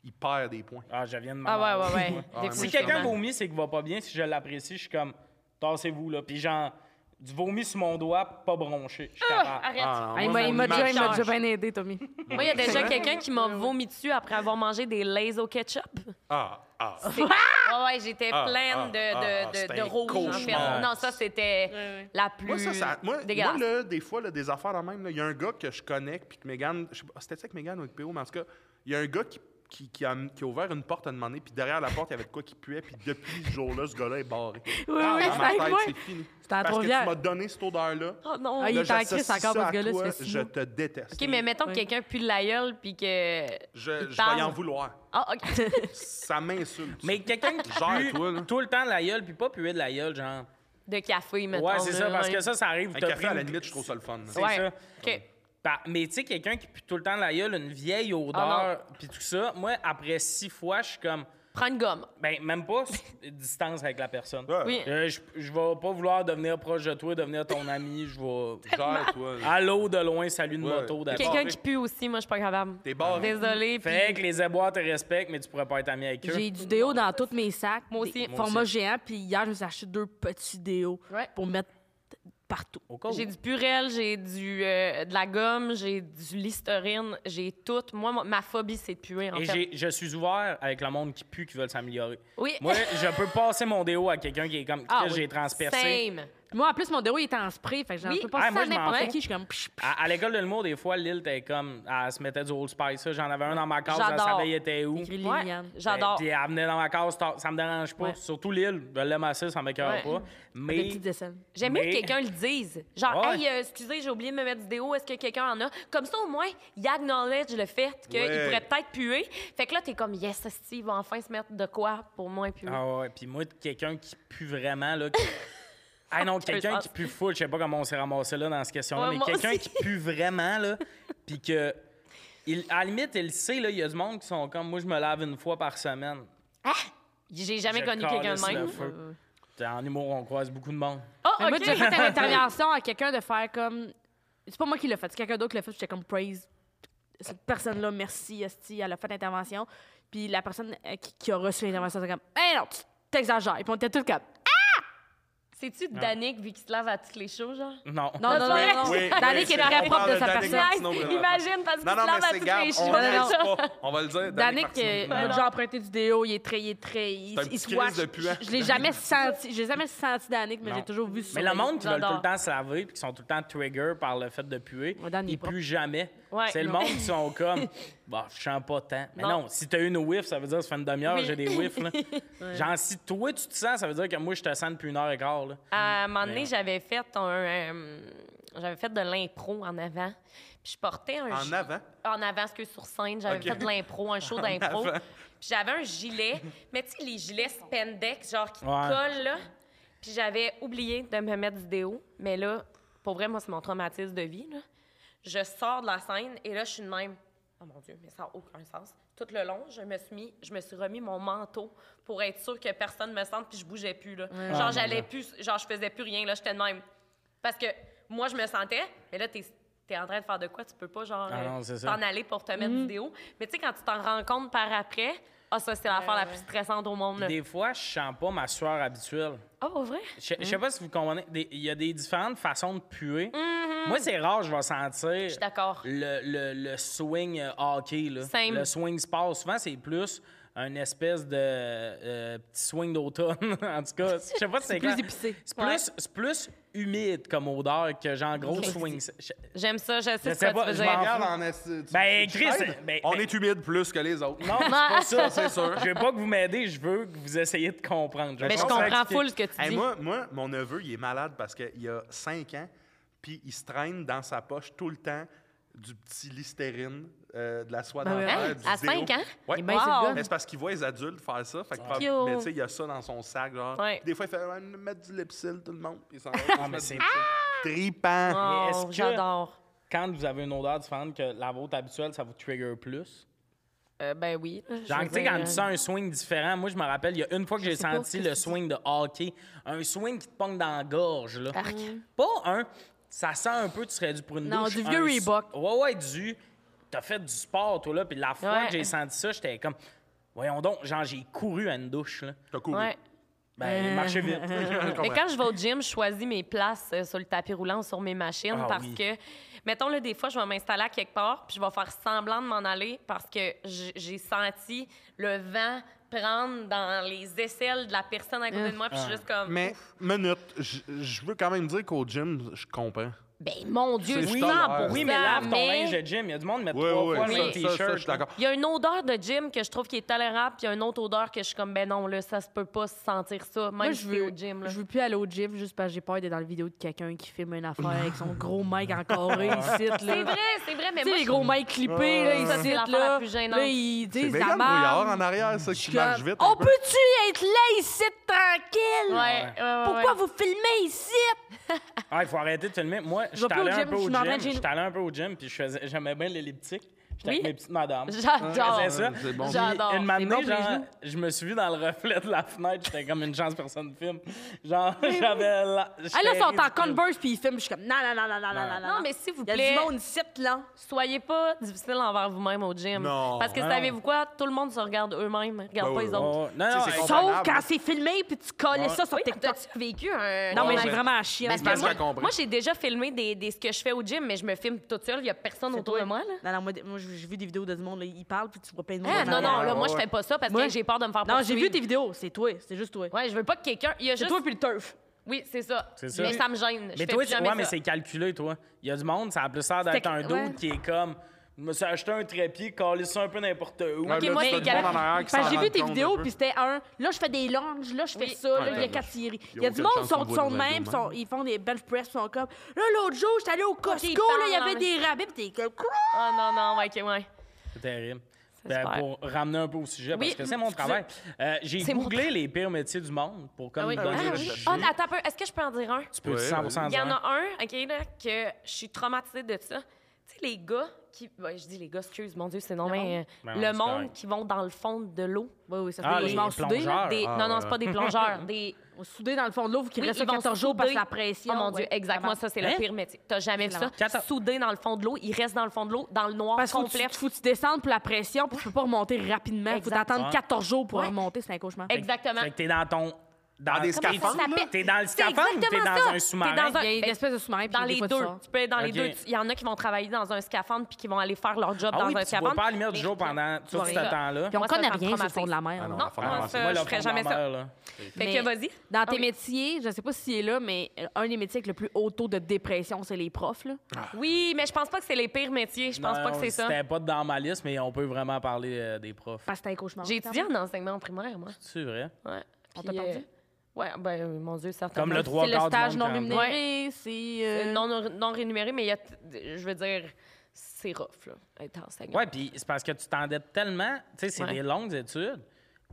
il perd des points.
Ah, je viens de
Ah
m'en
ouais, ouais,
aller.
ouais.
Ah ouais,
Si
moi,
quelqu'un
Définitivement.
vomit, c'est qu'il va pas bien. Si je l'apprécie, je suis comme, tassez-vous, là. Puis genre, du vomi sur mon doigt, pas bronché. Je suis capable.
Arrête.
Ah, non,
Ah, il
moi,
m'a- il
mon
m'a déjà,
image-
il m'a déjà bien aidé, Tommy.
Moi, il y a déjà quelqu'un qui m'a vomi dessus après avoir mangé des lays au ketchup.
Ah, ah.
C'est- Ouais, ouais, j'étais
Ah,
pleine de,
ah,
de,
ah,
de-
c'était
de
un
rouge, en fait.
cauchemar.
Non, ça, c'était
ouais.
la plus
Moi, ça, ça- moi, moi,
dégueulasse.
là, des fois, là, des affaires là même, là, il y a un gars que je connais, puis que Mégane, je sais pas, c'était ça avec Mégane ou avec PO, mais en tout cas, il y a un gars qui, qui, qui a, qui a ouvert une porte à demander, puis derrière la porte, il y avait de quoi qui puait, puis depuis ce jour-là, ce gars-là est barré. Ah,
Oui,
Dans
oui,
ma
c'est avec
tête,
moi.
c'est fini.
C'était
Parce
à
que tu
Trois-Rivières.
m'as donné cette odeur-là.
Oh non!
Ah, il
Là,
est en
j'associe
crise encore,
ça
parce que
à
là, ça
toi,
fait six
Je
mois.
te déteste.
OK, mais mettons que
Ouais.
quelqu'un pue la gueule puis que...
Je,
il
je
parle.
vais en vouloir.
Ah, OK.
Ça m'insulte.
Mais quelqu'un qui
Genre,
pue
toi, là.
tout le temps de la gueule, puis pas puer de la gueule, genre.
De café, mettons.
Ouais, c'est ça,
là,
parce
ouais.
que ça, ça arrive.
Un
t'as
café,
pris
à
une-
la limite, je trouve ça le fun.
c'est
Ouais.
ça.
OK.
Par- mais tu sais,
Ah,
quelqu'un qui pue tout le temps de la gueule, une vieille odeur, puis tout ça, moi, après six fois, je suis comme.
Prends une gomme.
Ben, même pas s- distance avec la personne.
Ouais.
Oui.
Euh, je, je vais pas vouloir devenir proche de toi, devenir ton ami. Je vais.
Gère, toi.
Allô de loin, salut de
Ouais.
moto d'abord.
Quelqu'un
barré.
qui pue aussi, moi, je suis pas capable.
T'es barré.
Désolée. puis-
Fait que les éboires te respectent, mais tu pourrais pas être ami avec eux.
J'ai du déo dans tous mes sacs.
Moi aussi.
des
Moi
Format géant. Puis hier, je me suis acheté deux petits déos
Ouais.
pour mettre partout.
Au cas où.
J'ai du Purel, j'ai du euh, de la gomme, j'ai du Listerine, j'ai tout. Moi, mo- ma phobie, c'est de puer, en
Et
fait.
j'ai- je suis ouvert avec le monde qui pue, qui veulent s'améliorer.
Oui.
Moi, je peux passer mon déo à quelqu'un qui est comme
Ah
Chris,
oui.
j'ai transpercé.
Same.
Moi, en plus, mon déo il était en spray. Fait que j'en
Oui.
peux
Ah,
pas
moi,
ça à
je m'en
n'importe
fous.
qui. Je suis comme. psh, psh.
À, à l'école de l'humour, des fois, Lille, t'es comme. ah, Elle se mettait du Old Spice. ça. J'en avais un dans ma case, elle
J'adore.
savait il était où.
Écrit
Ouais,
Liliane.
Ben,
J'adore.
Puis elle venait dans ma case, tard, ça me dérange pas.
Ouais.
Surtout Lille, je l'aime assez, ça m'écœure
Ouais.
pas.
Des
Mais.
petites dessins.
J'aime mieux
Mais-
que quelqu'un le dise. Genre,
Ouais.
hey, euh, excusez, j'ai oublié de me mettre du déo, est-ce que quelqu'un en a? Comme ça, au moins, il acknowledge le fait qu'il
Ouais.
pourrait peut-être puer. Fait que là, t'es comme, yes, esti, il va enfin se mettre de quoi pour moi puer.
Ah ouais, puis moi, quelqu'un qui pue vraiment, là. qui- Ah non, quelqu'un
sens.
qui pue full, je sais pas comment on s'est ramassé là dans cette question-là,
Ouais,
mais
moi
quelqu'un
aussi.
qui pue vraiment, là, puis que. Il, à la limite, il le sait, là, il y a du monde qui sont comme moi, je me lave une fois par semaine.
J'ai jamais
Je
connu quelqu'un de
calisse le
même.
feu. En humour, on croise beaucoup de monde.
Oh,
Mais Moi,
OK.
j'ai fait une intervention à quelqu'un de faire comme. C'est pas moi qui l'ai fait, c'est quelqu'un d'autre qui l'a fait. puis J'étais comme praise. Cette personne-là, merci, Esti, elle a fait l'intervention. Puis la personne euh, qui, qui a reçu l'intervention, était comme, hé non, tu t'exagères. Et puis on était tous comme,
C'est-tu Danick, vu qu'il se lave à toutes les choses, genre? Ah,
Non.
non, non, non,
Oui,
non.
oui,
Danick
oui,
est
c'est- on
très propre
parle
de
de
sa
Danick
personne.
Martineau. Bruno.
Imagine, parce qu'il
Non,
se lave
non, mais
à
c'est
toutes
grave.
les
On
choses.
non,
niaise
non.
pas. On va le dire.
Danick,
Martineau.
euh,
Ben
m'a
non.
déjà emprunté du déo, il est très, il est très, il,
C'est un
il
petit
se
Chris
watch.
de hein. puant.
Je, je l'ai jamais senti, j'ai jamais senti Danick, mais
Non.
j'ai toujours vu sur
Mais le monde qui veut tout
J'adore.
le temps se laver puis qui sont tout le temps trigger par le fait de puer,
Ouais, Dan, il est
ils
propre.
puent jamais.
Ouais,
c'est le
non.
monde qui sont comme, bah, je sens pas tant. Mais non,
Non.
si t'as une whiff, ça veut dire que ça fait une demi-heure,
Oui.
j'ai des whiffs. Là. Genre, si toi tu te sens, ça veut dire que moi je te sens depuis une heure et quart. Là.
À un moment
Mais
donné,
ouais.
j'avais fait un... euh, j'avais fait de l'impro en avant. Puis je portais un...
En
gi-
avant?
En avant, parce que sur scène, j'avais
Ok.
fait de l'impro, un show d'impro.
avant.
Puis j'avais un gilet. Mais tu sais, les gilets spandex, genre, qui te
Ouais.
collent, là. Puis j'avais oublié de me mettre du déo. Mais là, pour vrai, moi, c'est mon traumatisme de vie, là. Je sors de la scène et là, je suis de même. Oh mon Dieu, mais ça n'a aucun sens. Tout le long, je me suis mis, je me suis remis mon manteau pour être sûre que personne me sente puis je bougeais plus là.
Ah,
Genre
mon
j'allais plus, genre je faisais plus rien là, j'étais de même. Parce que moi je me sentais, mais là t'es es en train de faire de quoi, tu peux pas genre
Ah non,
euh,
c'est ça.
t'en aller pour te mettre du déo. Mais tu sais quand tu t'en rends compte par après, ah ça c'est l'affaire la plus stressante au monde. là.
Des fois, je sens pas ma sueur habituelle.
Ah pour vrai
Je je sais pas si vous comprenez, des- il y a des différentes façons de puer. Moi, c'est rare, je vais sentir. Je suis
d'accord.
Le, le- le swing euh, hockey, là.
Same.
le swing sport. Souvent, c'est plus une espèce de euh, petit swing d'automne. en tout cas, je sais pas si c'est
plus
clair.
épicé.
C'est plus, c'est plus humide comme odeur que genre gros swing. Je-
J'aime ça, je sais
Je
ce
sais
que
pas,
tu veux
je
dire.
m'en fous.
Regarde, en est- tu-
Ben,
tu-
Chris,
t'aides?
ben-
on
ben-
est humide plus que les autres.
Non, c'est pas ça.
c'est sûr.
Je veux pas que vous m'aidez, je veux que vous essayiez de comprendre.
Mais je
pense à
comprends
expliquer.
full ce que tu
Hey,
dis.
moi, moi, mon neveu, il est malade parce qu'il a 5 ans, puis il se traîne dans sa poche tout le temps du petit listerine, euh, de la soie
Ben ouais.
dentaire,
Hein?
du
À
déo.
cinq ans?
Ouais.
Eh ben, c'est le
Wow.
gars.
Mais c'est parce qu'il voit les adultes faire ça. Fait que prob-
Cute.
mais tu sais, il a ça dans son sac. Genre.
Ouais.
Puis Des fois, il fait Ouais, mettre du Lipsil, tout le monde. Puis il s'en va.
Ah, mais
mettre
c'est-
du Lipsil. Tripant.
Mais est-ce
Oh,
que-
j'adore.
Quand vous avez une odeur différente que la vôtre habituelle, ça vous trigger plus.
Euh, ben oui.
Genre,
Je
tu sais,
veux
quand
dire, euh,
tu sens un swing différent, moi, je me rappelle, il y a une fois que j'ai
euh, sais pas,
senti
qu'est-ce
le
que tu
swing de hockey, un swing qui te pogne dans la gorge, là. Pas un, ça sent un peu, tu serais du pour une
Non,
douche,
du vieux
un-
Reebok.
Ouais, ouais, du. T'as fait du sport, toi, là, puis la fois
Ouais.
que j'ai senti ça, j'étais comme, voyons donc, genre, j'ai couru à une douche, là.
T'as couru.
Ouais.
Ben,
Euh.
marchez vite.
Mais quand je vais au gym, je choisis mes places euh, sur le tapis roulant ou sur mes machines
Ah
parce
oui.
que, mettons, là, des fois, je vais m'installer à quelque part puis je vais faire semblant de m'en aller parce que j- j'ai senti le vent prendre dans les aisselles de la personne à côté de moi puis je
Ah.
suis juste comme...
Mais, minute, je je veux quand même dire qu'au gym, je comprends.
Ben, mon Dieu,
C'est
je
oui,
sens
mais-
pour
Oui,
ça,
mais lave ton
mais
linge de gym. Il y a du monde qui met
Oui,
trois
oui,
fois le
ça,
même
ça, ça, je suis
t-shirt. là.
d'accord.
Il y a une odeur de gym que je trouve qui est tolérable, puis il y a une autre odeur que je suis comme, ben non, là, ça se peut pas se sentir ça, même
Moi,
si
je
t'es
veux,
au gym. Là.
je veux plus aller au gym juste parce que j'ai peur d'être dans la vidéo de quelqu'un qui filme une affaire avec son gros mic encore ici. là.
C'est vrai, c'est vrai, mais
Tu sais,
moi,
les
je-
gros mics clippés, là,
Ça,
ici,
c'est
là.
l'affaire la plus gênante.
Là, ils
C'est
disent Oh,
Mégane
la
Brouillard en
marde.
arrière, ça, qui marche vite. un
On
peu.
peut-tu être là ici tranquille?
Ouais, ouais, ouais,
Pourquoi
ouais.
vous filmez ici?
Ah, il faut arrêter de filmer. Moi, je suis
vais plus au
allé un
gym,
peu
je
au
suis en train de
gym.
gym.
J'étais allé un peu au gym, puis je faisais- j'aimais bien l'elliptique. J'étais avec
Oui.
mes petites madames.
J'adore.
C'est ça.
C'est bon.
Puis,
J'adore.
Une
C'est
matinée,
bon pour les
genre,
genoux.
je me suis vu dans le reflet de la fenêtre. J'étais comme une chance personne ne filme. Genre, j'avais la.
Ah, là, ils sont en
j'étais ridicule.
Converse puis ils filment. Je suis comme non, non, non, non, non, non, non.
Non, mais s'il vous
Il y a
plaît,
du monde ici, là.
soyez pas difficile envers vous-même au gym.
Non.
Parce que
Non,
savez-vous quoi? Tout le monde se regarde eux-mêmes, regarde
Ben
pas
oui,
les
oui.
Oh,
autres.
non, non,
Tu sais, c'est
hey,
con.
Sauf
Comparable.
quand c'est filmé puis tu colles
Ouais.
ça sur TikTok.
T'as-tu vécu un.
Non, mais
Ouais.
j'ai vraiment à chier. hein,
Parce
c'est
que
parce
moi,
qu'elle comprend.
moi, j'ai déjà filmé des, des- ce que je fais au gym, mais je me filme toute seule. Il n'y a personne autour de moi. Là.
Non, non, moi, moi, j'ai j'ai vu des vidéos de du monde, là, ils parlent, puis tu vois plein de monde.
Ah,
en
non,
arrière.
non, là, moi,
ouais,
je
ouais.
fais pas ça parce
Moi-
que j'ai peur de me faire
Non, j'ai vu
poursuivre.
tes vidéos, c'est toi, c'est juste toi.
Ouais, je veux pas que quelqu'un. Il y a
C'est
juste.
toi puis le turf.
Oui, c'est ça.
C'est ça.
Mais ça me gêne. Je
Mais
fais
toi,
plus
tu-
jamais
ouais, mais
ça.
c'est calculé, toi. Il y a du monde, ça a plus l'air
C'était
d'être
que-
un
ouais.
doute qui est comme. Je me suis acheté un trépied, collé ça un peu n'importe où.
moi,
Ouais, là,
les
tu fais du monde
gars-
en arrière qui
Parce
s'en
que j'ai vu
rendent
tes
compte un
vidéos,
peu.
puis c'était un. Là, je fais des lunges, là, je fais
Oui.
ça, là,
Ouais,
il y a
t'as-
quatre séries.
y a
Il y a du
aucune
monde,
chance
sont,
qu'on voit
sont
le hein.
de
même.
même, sont- ils font des bench press, sont comme. Là, l'autre jour, j'étais allé au Costco,
ils
là, il y
parlent,
avait
là.
des rabais, puis t'es comme. quoi?
Ah, non, non, ouais, ok, ouais.
C'est terrible.
C'est
Ben,
super.
pour ramener un peu au sujet,
Oui,
parce que c'est mon
excusez.
travail. Euh, j'ai
C'est mon
googlé les pires métiers du monde pour comme
Ah oui.
donner
oui,
un
oui.
jugement.
Ah, attends un peu. Est-ce que je peux en dire un?
Tu peux
Ouais,
100%
Il y en
dire.
a un, OK, là, que je suis traumatisée de ça. Tu sais, les gars qui. ben, je dis les gars, excuse, mon Dieu, c'est non, mais. euh,
Ben non,
le
c'est
monde
correct.
qui vont dans le fond de l'eau.
Oui, oui, ça
Ah,
fait
les
je m'en soudais. là.
plongeurs.
Des...
Ah,
non, non,
ouais,
c'est pas des plongeurs. des...
On se soudait dans le fond de l'eau, faut qu'il
Oui,
reste
ils
là
vont
14 jours parce que
souder.
la pression.
Oh mon Dieu,
ouais,
exactement,
vraiment.
ça, c'est le
Hein?
pire métier. T'as jamais vu
C'est
ça?
lamentable.
Soudé dans le fond de l'eau, il reste dans le fond de l'eau, dans le noir,
Parce qu'il faut, que
complet.
tu- faut que tu descendes pour la pression, puis tu peux pas remonter rapidement. Il faut
Exact.
t'attendre
Ouais.
14 jours pour
Ouais.
remonter, c'est un cauchemar.
Exactement.
Fait que t'es dans ton. Dans
des
t'es-
scaphandres,
là?
T'es dans le
Ah. C'est
scaphandre ou t'es
exactement
dans
ça.
un
T'es
sous-marin?
dans un-
Il y a une
Ben,
espèce de sous-marin, puis
Dans
des
les
fois, tu
deux.
sors.
Tu peux être dans les
Ok.
deux. Tu- Il y en a qui vont travailler dans un scaphandre puis qui vont aller faire leur job
Ah
dans
oui,
un
puis tu
scaphandre.
vois pas à la lumière du
Mais-
jour pendant tout ce
c'est ça.
temps-là.
Puis on
Moi, ça,
connaît
ça me
rien sur le fond de la
Ah
mer.
non,
là.
Non,
l'enfant de la
non,
mer,
ça,
c'est-
Moi,
je
le
ferais
fond de
jamais
la
ça.
mer, là.
Fait
Mais
que vas-y.
Dans
Ah
tes
oui.
métiers, je sais pas si est là, mais euh, un des métiers avec le plus haut taux de dépression, c'est les profs. Là.
Ah, Oui, mais je pense pas que c'est les pires métiers. Je pense
Non,
pas que c'est ça.
C'était pas dans ma liste, mais on peut vraiment parler euh, des profs.
Parce que c'est un cauchemar.
J'ai étudié en enseignement primaire, moi.
C'est vrai.
Ouais.
On
Puis,
t'a perdu?
euh, Ouais, ben, euh, mon Dieu, certainement.
Comme le
C'est
trois
le
quarts du
stage
monde
non
quand-
rémunéré, c'est... euh,
Euh, Non, non rémunéré, mais il y a, t- je veux dire, c'est rough, là, être enseignant.
Ouais, puis c'est parce que tu t'endettes tellement. Tu sais, c'est
Ouais.
des longues études.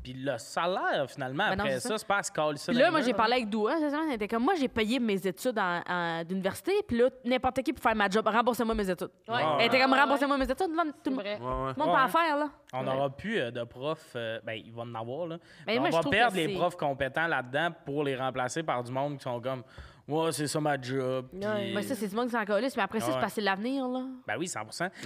Puis le salaire, finalement,
Ben non,
après
c'est
ça, c'est pas à se coller ça.
Puis
dans
là,
les
moi,
mains,
j'ai
là.
parlé avec Doua. cette semaine, Elle était comme, moi, j'ai payé mes études en- en- d'université, puis là, n'importe qui peut faire ma job. Remboursez-moi mes études.
Ouais. Ah,
Elle était comme,
Ouais, ouais.
remboursez-moi mes études. Là, tout
C'est
le monde
vrai.
Ouais, ouais.
tout le monde peut en
Ouais.
faire, là.
On n'aura plus euh, de profs. euh, ben, il va en avoir, là.
Mais
Mais on
moi, je
va
trouve que
perdre les
c'est-
profs compétents là-dedans pour les remplacer par du monde qui sont comme. Ouais, c'est ça ma job. puis-
Ouais.
Mais Ben, ça, c'est du monde qui s'en calisse, mais après ça,
Ouais.
c'est parce que c'est l'avenir, là.
Ben oui, 100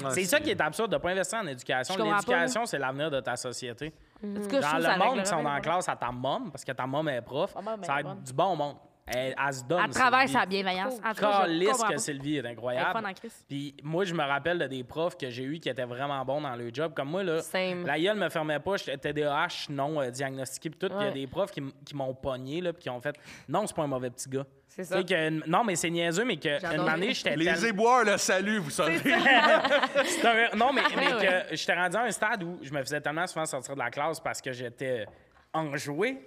C'est ça qui est absurde de ne pas investir en éducation.
Je comprends pas,
L'éducation, c'est l'avenir de ta société.
Mhm.
En tout cas, je
Dans
trouve ça
le monde
règle
qui sont
vraiment.
en classe à ta mom, parce que ta mom est prof,
Ma mom, elle
ça va
est
être
bonne.
du bon monde. Elle, elle se donne.
Elle travaille
Sylvie.
sa bienveillance. En tout cas, je
Calisse
comprends
que
pas.
Sylvie est
Elle est
incroyable.
fun en crise.
Puis moi, je me rappelle de des profs que j'ai eus qui étaient vraiment bons dans leur job. Comme moi, là,
Same.
la gueule me fermait pas. J'étais TDAH non euh, diagnostiqué. Puis tout. Puis il y a
Ouais.
des profs qui, m- qui m'ont pogné, là, puis qui ont fait Non, c'est pas un mauvais petit gars.
C'est
Tu sais
ça.
que- non, mais c'est niaiseux, mais que
J'adore.
une année, j'étais tellement-
Les éboires, le salut, vous savez.
C'est un- Non, mais, mais
Ah ouais.
que j'étais rendu à un stade où je me faisais tellement souvent sortir de la classe parce que j'étais enjoué,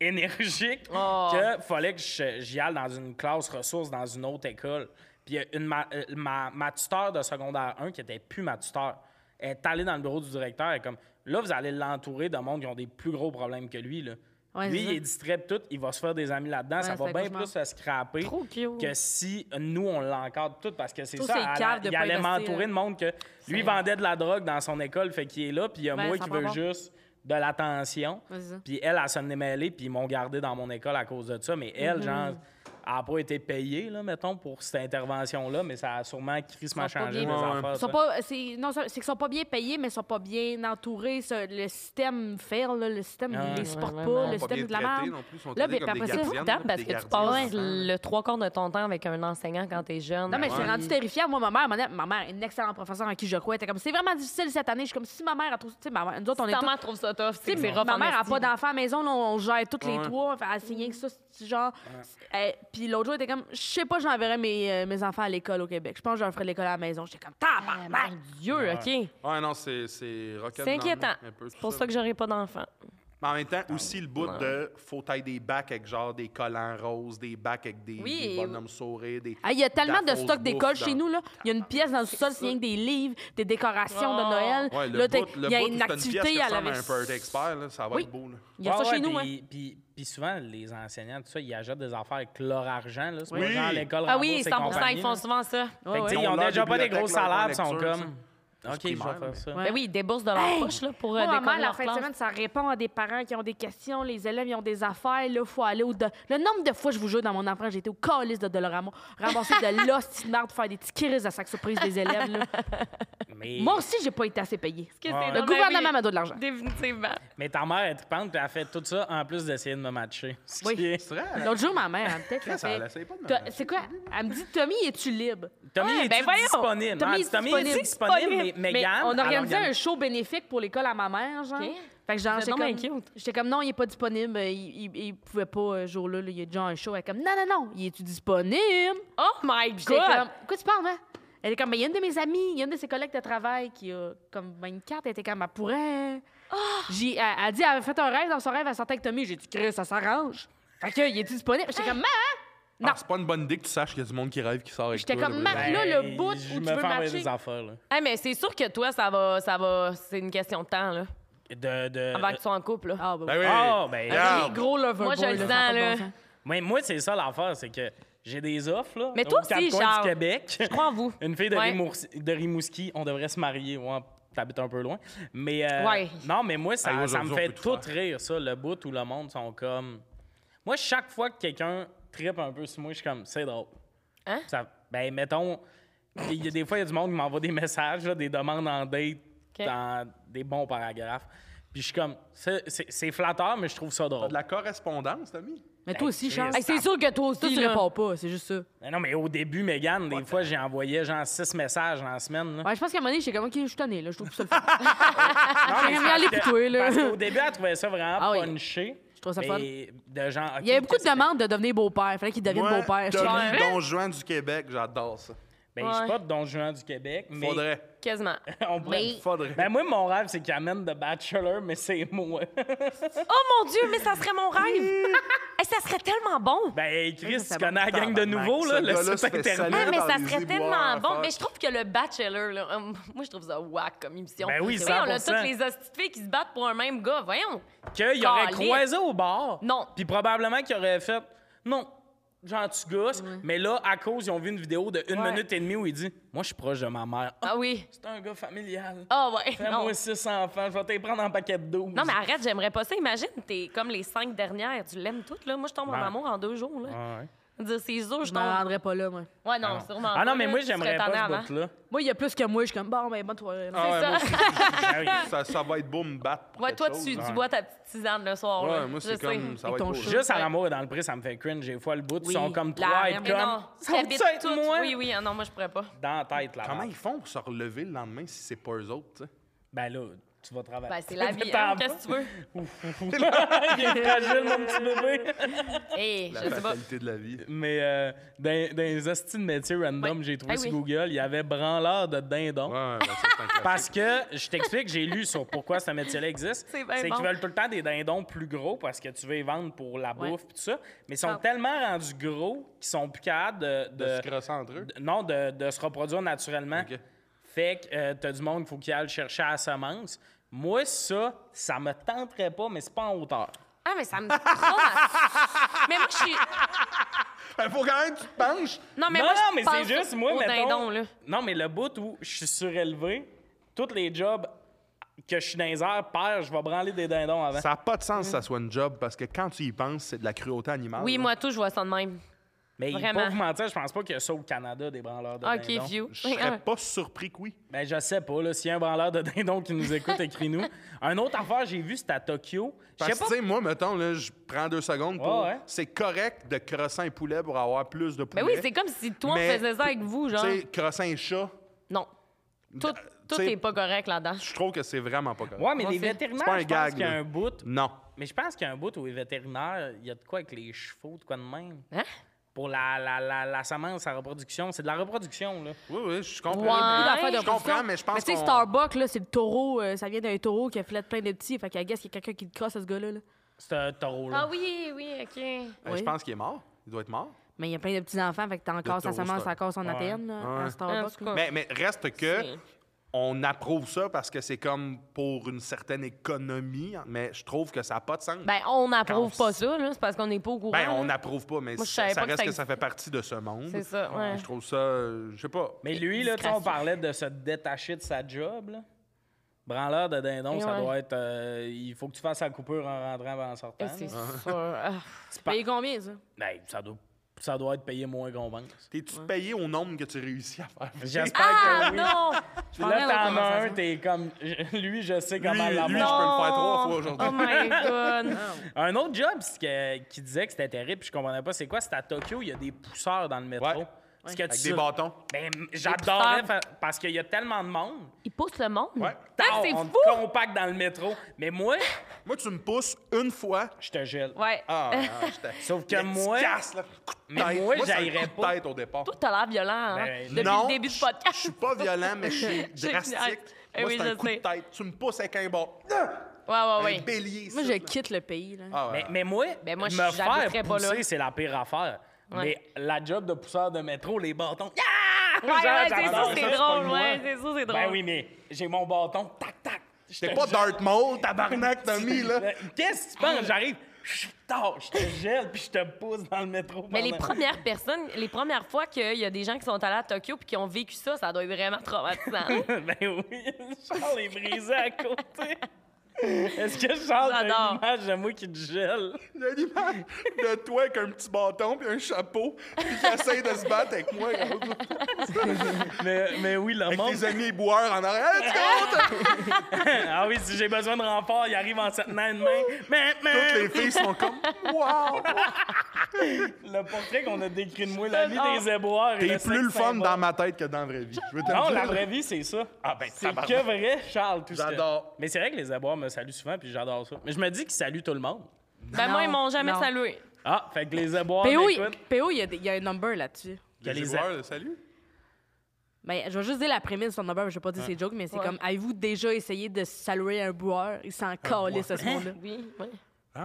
énergique,
Oh.
que fallait que je- j'y aille dans une classe ressource, dans une autre école. Puis une, ma, euh, ma, ma tuteur de secondaire 1, qui était plus ma tuteur, est allée dans le bureau du directeur et comme, là, vous allez l'entourer de monde qui ont des plus gros problèmes que lui, là.
Ouais,
lui,
c'est
il
ça.
est distrait pis tout, il va se faire des amis là-dedans, ça
c'est
va
un
bien
cauchemar.
plus se scraper
Trop cute.
que si nous, on l'encadre tout, parce que c'est
trouve
ça,
que c'est
à la-
cave de
il
pas
allait
investir,
m'entourer
là.
de monde que lui vendait de la drogue dans son école, fait qu'il est là, puis il y a
Ben,
moi
ça
qui
va
veux
pas.
juste de l'attention.
Ouais, c'est ça.
Puis elle, elle s'en est mêlée, puis ils m'ont gardé dans mon école à cause de ça. Mais
Mm-hmm.
elle, genre, elle n'a pas été payée, là, mettons, pour cette intervention-là, mais ça a sûrement crissement
Ça a pas
changé les
bien-
Ouais, ouais.
affaires.
Ils sont
ça.
pas, c'est, non, c'est qu'ils sont pas bien payés, mais ils sont pas bien entourés. ça, le système fait, là, le système
Ah,
ne les
ouais,
supporte
ouais,
pas,
ouais.
le
Ils
sont pas
système
bien
est de la
traités
merde.
non plus, ils sont
Là,
traités
ben,
comme
après
des
ça,
C'est
gardiennes,
important
là,
parce
puis
que
des
tu
gardiens
passes
d'enfants, là.
le trois quarts de ton temps avec un enseignant quand t'es jeune.
Non, mais
Ouais.
c'est rendu terrifiant. Moi, ma mère, ma mère- ma mère, une excellente professeure en qui je crois, était comme, c'est vraiment difficile cette année. Je suis comme, si ma mère a trop. Tu sais, ma mère- nous autres, on est
Ta
tous-
mère trouve ça tough.
Tu
C'est
sais,
que c'est
ma
rough en
mère n'a
esti.
pas d'enfants à la maison, là, on gère toutes les
Ouais.
trois. Fait, Elle c'est rien que ça, c'est genre. Eh, Puis l'autre jour, elle était comme, je sais pas, j'enverrais mes, euh, mes enfants à l'école au Québec. Je pense que j'en ferai de l'école à la maison. J'étais comme,
Ah,
tabarnak!
Mon Dieu, OK.
Ouais, non, c'est c'est rocket
C'est
dans le
inquiétant.
nez, un peu,
C'est
tout
pour ça que j'aurai pas d'enfant.
Mais en même temps, aussi le bout de faut tailler des bacs avec genre des collants roses, des bacs avec des,
Oui,
des
et-
bonhommes sourires, des.
Ah, Il y a tellement
de la
de
fausse
stock d'école
bouffe
chez
dans-
nous. Là. Il y a une pièce dans le sol, c'est rien que des livres, des décorations de
Oh.
Noël.
Ah, Ouais, le
Là, t'es-
bout, le
il y a
bout où
une
c'est pièce
activité
qui
à la
ressemble à un party expert, là, ça va
Oui.
être beau. Là.
Il y a ça
Ouais,
chez
ouais,
nous. hein.
Puis, puis- puis souvent, les enseignants, tout ça, ils achètent des affaires avec leur argent. Là. C'est pas
Oui.
genre l'école
Ah oui,
rembourse et
100 ils
compagnie,
font
là.
souvent ça.
Fait que, tu sais,
ouais.
ils
Ils
ont
ont leur
déjà pas des gros
bibliothèque, leur
salaires, ils sont
lecture,
comme. OK, je vais
primaire, mais-
faire ça.
Ouais.
Ben oui, ils déboursent de leur
Hey!
poche là, pour euh,
Moi, ma
décorer
mère, la
leur
fin
classe.
de semaine, ça répond à des parents qui ont des questions, les élèves, ils ont des affaires, là, faut aller au... do- Le nombre de fois, je vous jure, dans mon enfant, j'ai été au calice de Dolorama, ramasser de l'hostie de marde pour faire des petits crises à sac surprise des élèves, là.
Mais,
Moi aussi, j'ai pas été assez payée.
Qu'est-ce
Ouais.
que c'est
Le
donc,
Le gouvernement
ben
m'a
oui,
donné de l'argent.
Définitivement.
mais ta mère est tripante, puis elle fait tout ça en plus d'essayer de me matcher. Ce qui
Oui.
est-
C'est vrai, elle-
L'autre jour, ma mère, elle me texte,
Chris,
elle
elle
fait,
essaye pas de me
T'as-
matcher.
C'est quoi? Elle me dit, Tommy, es-tu libre?
Tommy
Ouais,
est
ben voyons.
disponible.
Tommy
Ah,
est
Tommy est
disponible.
disponible, mais
Mais
Megan.
on
elle
organisait
organise-
un show bénéfique pour l'école à ma mère, genre.
OK.
Fait que genre,
Vous êtes
j'étais
donc
comme,
bien cute.
j'étais comme, non, il est pas disponible, euh, il, il, il pouvait pas, euh, ce jour-là, là, il y a déjà un show. Elle est comme, non, non, non, il est-tu disponible?
Oh my
Puis j'étais
God!
comme, quoi tu parles, hein? Elle est comme, ben, il y a une de mes amies, il y a une de ses collègues de travail qui a comme 24, elle était comme, elle pourrait.
Ah!
J'ai, elle, elle dit, elle avait fait un rêve, dans son rêve, elle sortait avec Tommy. J'ai dit, Chris, ça s'arrange. Fait que, il est-tu disponible? J'étais comme, hein? maman!
Ah, c'est pas une bonne idée que tu saches qu'il y a du monde qui rêve qui sort avec
J'étais
toi, là,
comme Marc-
là.
Là, le bout
Ben, je
où tu
me
veux
fais envoyer
matcher.
des affaires, là.
Hey, mais c'est sûr que toi, ça va, ça va, c'est une question de temps, là,
De, de...
avant que tu sois en couple. Là.
Ah, bah,
Ben oui.
Ah, ben,
regarde.
gros lover
Moi, je
boy,
le
là,
sens,
ça a pas de
là.
bon sens.
Mais moi, c'est ça l'affaire, c'est que j'ai des offres, là.
Mais toi
aux quatre
aussi,
coins
genre,
du Québec.
Je crois en vous.
Une fille de,
Ouais.
Rimours- de Rimouski, on devrait se marier. Ouais, t'habites un peu loin. Mais euh,
Ouais.
non, mais moi, ça,
Hey,
ça
aujourd'hui,
me
on
fait
peut tout
tout rire, ça, le bout où le monde sont comme. Moi, chaque fois que quelqu'un tripe un peu sur moi, je suis comme, c'est drôle.
Hein?
Ça- ben, mettons, il y a des fois, il y a du monde qui m'envoie des messages, là, des demandes en date,
OK.
dans des bons paragraphes. Puis je suis comme, c'est- c'est c'est flatteur, mais je trouve ça
T'as
drôle.
de la correspondance, Tommy?
Mais toi aussi, Charles.
Hey,
c'est sûr que toi aussi,
Toi, tu
là.
réponds pas, c'est juste ça.
Mais Ben non, mais au début, Megan, des fois, j'ai envoyé genre six messages en semaine. là.
Ouais, je pense qu'à un moment donné, j'étais comme, OK, je suis tannée, là, je trouve ça le fun.
Non, mais
J'aimerais
c'est
aller
parce que-
écouter, là.
Ah, Parce qu'au début, elle trouvait ça vraiment
Ah oui.
punché.
Je trouve ça
mais
fun.
De genre,
Il y avait beaucoup de demandes de devenir beau-père. Il fallait qu'il devienne
Moi,
beau-père. Je
Tommy,
suis-
Don Juan du Québec, j'adore ça.
Ben, je suis
Ouais.
pas de Don Juan du Québec, mais...
Faudrait.
Quasiment.
On pourrait-
Oui.
Faudrait.
Ben, moi, mon rêve, c'est qu'il amène The Bachelor, mais c'est moi.
Oh mon Dieu, mais ça serait mon rêve! Hey, ça serait tellement bon!
ben, Chris,
Ça,
tu
c'est
connais la gang de
Tabarnak,
nouveau,
ce
là, le
gars-là
site
se fait saluer.
internet.
Ah, mais
dans
ça
les
serait
éboires,
tellement bon.
faire-
Mais je trouve que le Bachelor, là, euh, moi, je trouve ça whack comme émission.
Ben oui,
Tu sais, on a
100%.
toutes les hosties de filles qui se battent pour un même gars. Voyons.
Qu'il aurait
Caliste.
croisé au bar.
Non.
Puis probablement qu'il aurait fait... Non. Genre, tu gosses. Mais là, à cause, ils ont vu une vidéo de une
Ouais.
minute et demie où il dit « Moi, je suis proche de ma mère. Ah,
Ah oui.
C'est un gars familial.
Ah ouais. Non.
Fais-moi six enfants. Je vais t'y prendre en paquet de 12.
Non, mais arrête, j'aimerais pas ça. Imagine, t'es comme les cinq dernières. Tu l'aimes toutes, là. Moi, je tombe en
Ouais.
amour en deux jours, là.
Ah, ouais.
Dire, c'est sûr, je
Je m'en
tombe.
rendrais pas là, moi.
Ouais, non,
Ah non.
sûrement.
Ah
pas,
non, mais
là.
moi,
Tu
j'aimerais
serais
pas
tannant
ce
avant.
bout-là.
Moi, il y a plus que moi. Je suis comme, bon, ben, bonne soirée.
Ah ouais,
ça.
moi aussi,
Ah oui.
ça, ça va être beau me battre pour
Ouais,
quelque
toi,
chose,
tu,
là.
tu bois ta petite tisane le soir.
Ouais,
là.
moi,
Je
c'est
sais.
comme... Ça va
Et
être
ton
beau.
chat.
là.
Juste à l'amour et dans le prix, ça me fait cringe. Des fois, le bout, ils sont comme trois et
Mais
comme.
non, tu
Sont-tu
habites
avec
toutes.
moi?
Oui, oui, ah non, moi, je pourrais pas.
Dans la tête, là.
Comment ils font pour se relever le lendemain si c'est pas eux autres, tu sais?
Ben là, tu vas travailler.
Ben, c'est la vie,
T'en
hein,
vas.
qu'est-ce que tu veux?
Il est fragile, mon petit bébé.
Hé,
La
je sais pas.
fatalité de la vie.
Mais euh, dans, dans les hosties de métier random,
Ouais.
j'ai trouvé
Ah
sur
oui.
Google, il y avait branleur de dindon.
Ouais, ouais, ben, ça, c'est un classique.
Parce que, je t'explique, j'ai lu sur pourquoi ce métier-là existe.
C'est bien bon.
qu'ils veulent tout le temps des dindons plus gros parce que tu veux les vendre pour la
Ouais.
bouffe et tout ça. Mais ils sont
Ah.
tellement rendus gros qu'ils sont plus capables de,
De
de-
se crosser entre eux.
de- non, de, de se reproduire naturellement.
Ok.
Fait que euh, t'as du monde qu'il faut qu'il aille chercher à la semence. Moi, ça, ça me tenterait pas, mais c'est pas en hauteur.
Ah, mais ça me traumatise. mais moi, je suis.
Il Ben, faut quand même que tu te penches.
Non, mais
non,
moi,
non,
je
mais
pense
c'est juste, moi,
au
mettons...
dindon, là.
Non, mais le bout où je suis surélevé, tous les jobs que je suis dans les airs, père, je vais branler des dindons avant.
Ça n'a pas de sens que ça soit une job parce que quand tu y penses, c'est de la cruauté animale.
Oui,
là.
moi, tout, je vois ça de même.
mais
vraiment. Ah,
pour vous mentir, je pense pas qu'il y a ça au Canada, des branleurs de
OK,
dindons.
view.
Je serais pas surpris que oui.
Ben, je sais pas, là. S'il y a un branleur de dindons qui nous écoute, écris-nous. Un autre affaire, j'ai vu, c'était à Tokyo. Je
Parce
sais
que,
pas.
tu sais, moi, mettons, là, je prends deux secondes pour.
Ouais, ouais.
C'est correct de crosser un poulet pour avoir plus de poulet.
Ben oui, c'est comme si toi, on
Mais-
faisait ça avec vous, genre.
Tu sais, crosser un chat,
Non.
Bah,
Tout, tout
t'sais-
est pas correct là-dedans.
je trouve que c'est vraiment pas correct.
Ouais, mais
Moi,
les
c'est-
vétérinaires,
C'est pas un
je pense
gag,
qu'il y a
là.
un bout.
Non.
Mais je pense qu'il y a un bout où les vétérinaires, il y a de quoi avec les chevaux, de quoi de même.
Hein?
Pour la, la, la, la semence, la reproduction. C'est de la reproduction, là.
Oui, oui, je comprends.
Ouais.
Beaucoup d'affaires de
Je comprends,
reproduction.
mais je pense
Mais tu sais,
qu'on-
Starbucks, là, c'est le taureau. euh, ça vient d'un taureau qui a fait plein de petits. Fait qu'à guess, il y a quelqu'un qui le crosse à ce gars-là. là.
C'est un taureau, là.
Ah oui, oui, OK.
Euh,
Oui.
Je pense qu'il est mort. Il doit être mort.
Mais il y a plein de petits enfants. Fait que t'as encore sa
taureau
semence,
Star-
encore son ADN, là,
Ouais.
à
En
Starbucks.
tout cas.
là.
Mais, mais reste que
C'est-
on approuve ça parce que c'est comme pour une certaine économie, mais je trouve que ça n'a pas de sens.
Ben, on n'approuve
Quand on
pas ça, là. C'est parce qu'on n'est pas au courant.
Ben, on
là.
n'approuve pas, mais
Moi, je
ça,
savais
ça
pas que
reste
ça
que ça fait partie de ce monde.
C'est ça, ouais.
Je trouve ça, euh, je sais pas.
Mais lui, là, tu sais, on
disgracieux.
parlait de se détacher de sa job. Là. Branleur de dindon,
Et
ça
ouais.
doit être. euh, il faut que tu fasses la coupure en rentrant avant en sortant.
Et C'est
là.
sûr. Ah.
Tu par-
Payé combien, ça?
Ben, ça, doit, ça doit être payé moins qu'on pense.
T'es-tu payé au nombre que tu réussis à faire?
J'espère
Ah
que oui.
non!
Là,
parlais
t'en
d'autres
as un,
conversations.
t'es comme. Lui, je sais
Lui,
comment
lui, je peux le
l'avoir.
faire trois
Non.
fois aujourd'hui.
Oh my God!
Un autre job c'est que- qui disait que c'était terrible, puis je comprenais pas, c'est quoi? C'est à Tokyo, il y a des pousseurs dans le métro.
Ouais.
Est-ce que
Avec
tu-
des bâtons.
Ben, j'adorerais
pousseurs.
faire- parce qu'il y a tellement de monde.
Il pousse le monde?
Ouais.
Ah, c'est
on
fou!
te compacte dans le métro. Mais moi,
Moi, tu me pousses une fois.
je te gèle.
Ouais.
Ah, ah, je t'ai-
Sauf que
Mais tu
moi-
casses, là. Coup de
Mais
tête.
moi,
c'est un
j'aillerais
coup de
pas.
tête au départ.
Toi, t'as l'air violent, hein?
Ben,
Depuis
non,
le début du
je-
podcast.
Je suis pas violent, mais je suis
Je-
drastique.
Eh
Moi,
oui,
c'est
je
un coup
sais. Ah
de tête. Tu me pousses avec un bâton.
Ouais, ouais,
Un
ouais.
bélier.
Moi,
ça,
je
là.
quitte le pays, là.
Ah, ouais.
Mais, mais moi,
Ben, moi,
me
je-
faire
j'habiterais pas là.
pousser, c'est la pire affaire.
Ouais.
Mais la job de pousseur de métro, les bâtons. Yeah!
Ouais,
Genre,
ouais, c'est
j'adore
ça, c'est
pas
drôle,
moi.
ouais, c'est ça,
Ben
c'est drôle.
oui, mais j'ai mon bâton. Tac, tac. Je
T'es
te
pas
gèle.
Dartmouth, tabarnak, t'as mis, là.
Euh, Qu'est-ce que tu
Ah.
penses? J'arrive, je tors, je te gèle, puis je te pousse dans le métro.
Mais les
pendant-
premières personnes, les premières fois qu'il y a des gens qui sont allés à Tokyo puis qui ont vécu ça, ça doit être vraiment traumatisant.
ben oui, Charles est brisé à côté. Est-ce que Charles a une
J'adore.
image de moi qui te gèle?
J'ai l'image de toi avec un petit bâton puis un chapeau, puis qui essaie de se battre avec moi. Avec
Mais, mais oui, le monde.
tes amis boeurs en arrière. Hey, tu comptes?
Ah oui, si j'ai besoin de renfort, il arrive en se tenant une main. Mais, mais...
Toutes les filles sont comme « Wow!
Le portrait qu'on a décrit de moi, la vie
Ah.
des zébroirs. »
T'es plus le fun dans
ma...
ma tête que dans la vraie vie. Je veux te le
Non,
dire.
la vraie vie, c'est ça.
Ah ben,
C'est
tabarnak.
que vrai, Charles, tout ça.
J'adore.
Mais c'est vrai que les zébroirs me saluent souvent, puis j'adore ça. Mais je me dis qu'ils saluent tout le monde.
ben moi, ils m'ont jamais
Non.
salué.
Ah, fait que les zébroirs
PO, il
m'écoutent.
PO, il y, a des- il y a un number là-dessus.
Que les
Les boeurs, salut.
Mais je vais juste dire la prémisse de son number, je vais pas dire ses jokes, mais c'est
Ouais.
comme avez-vous déjà essayé de saluer un boueur Il s'en calisse à ce moment-là.
Oui, oui.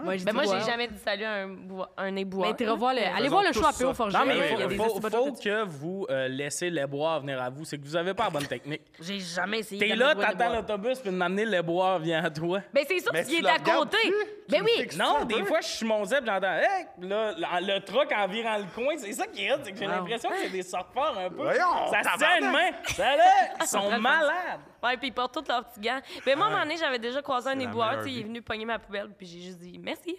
Moi, je
Ben
dis
moi, j'ai
boueur.
jamais dit salut à un, bou- un éboueur.
Mais t'es revoir le- Allez voir le show à PO Forger.
Non, mais
Ouais,
il
Ben il y a
faut,
des
faut-
assez bonnes
faut
choses.
que vous euh, laissez les boires venir à vous. C'est que vous avez pas la bonne technique.
J'ai jamais essayé.
T'es
de
là,
saluer un
t'attends
boueur.
l'autobus, puis de m'amener les boires vient à toi.
Ben c'est sûr
Mais
que tu
tu
y es
le
à
regardes
côté.
plus?
Ben
Tu le
oui.
fixes?
Non, des fois, je suis mon zèbre, j'entends Hey! Là, le, le truc en virant le coin, c'est ça qui est, c'est que j'ai
Wow.
l'impression que c'est des surfeurs un peu.
Voyons,
ça se tient
tabarnak.
une main. Salut! Ils sont malades.
Ouais, puis ils portent tous leurs petits gants. Ben moi, à un moment donné, j'avais déjà croisé un
la
éboueur,
meilleure
tu sais, il est
vie.
venu pogner ma poubelle, puis j'ai juste dit merci.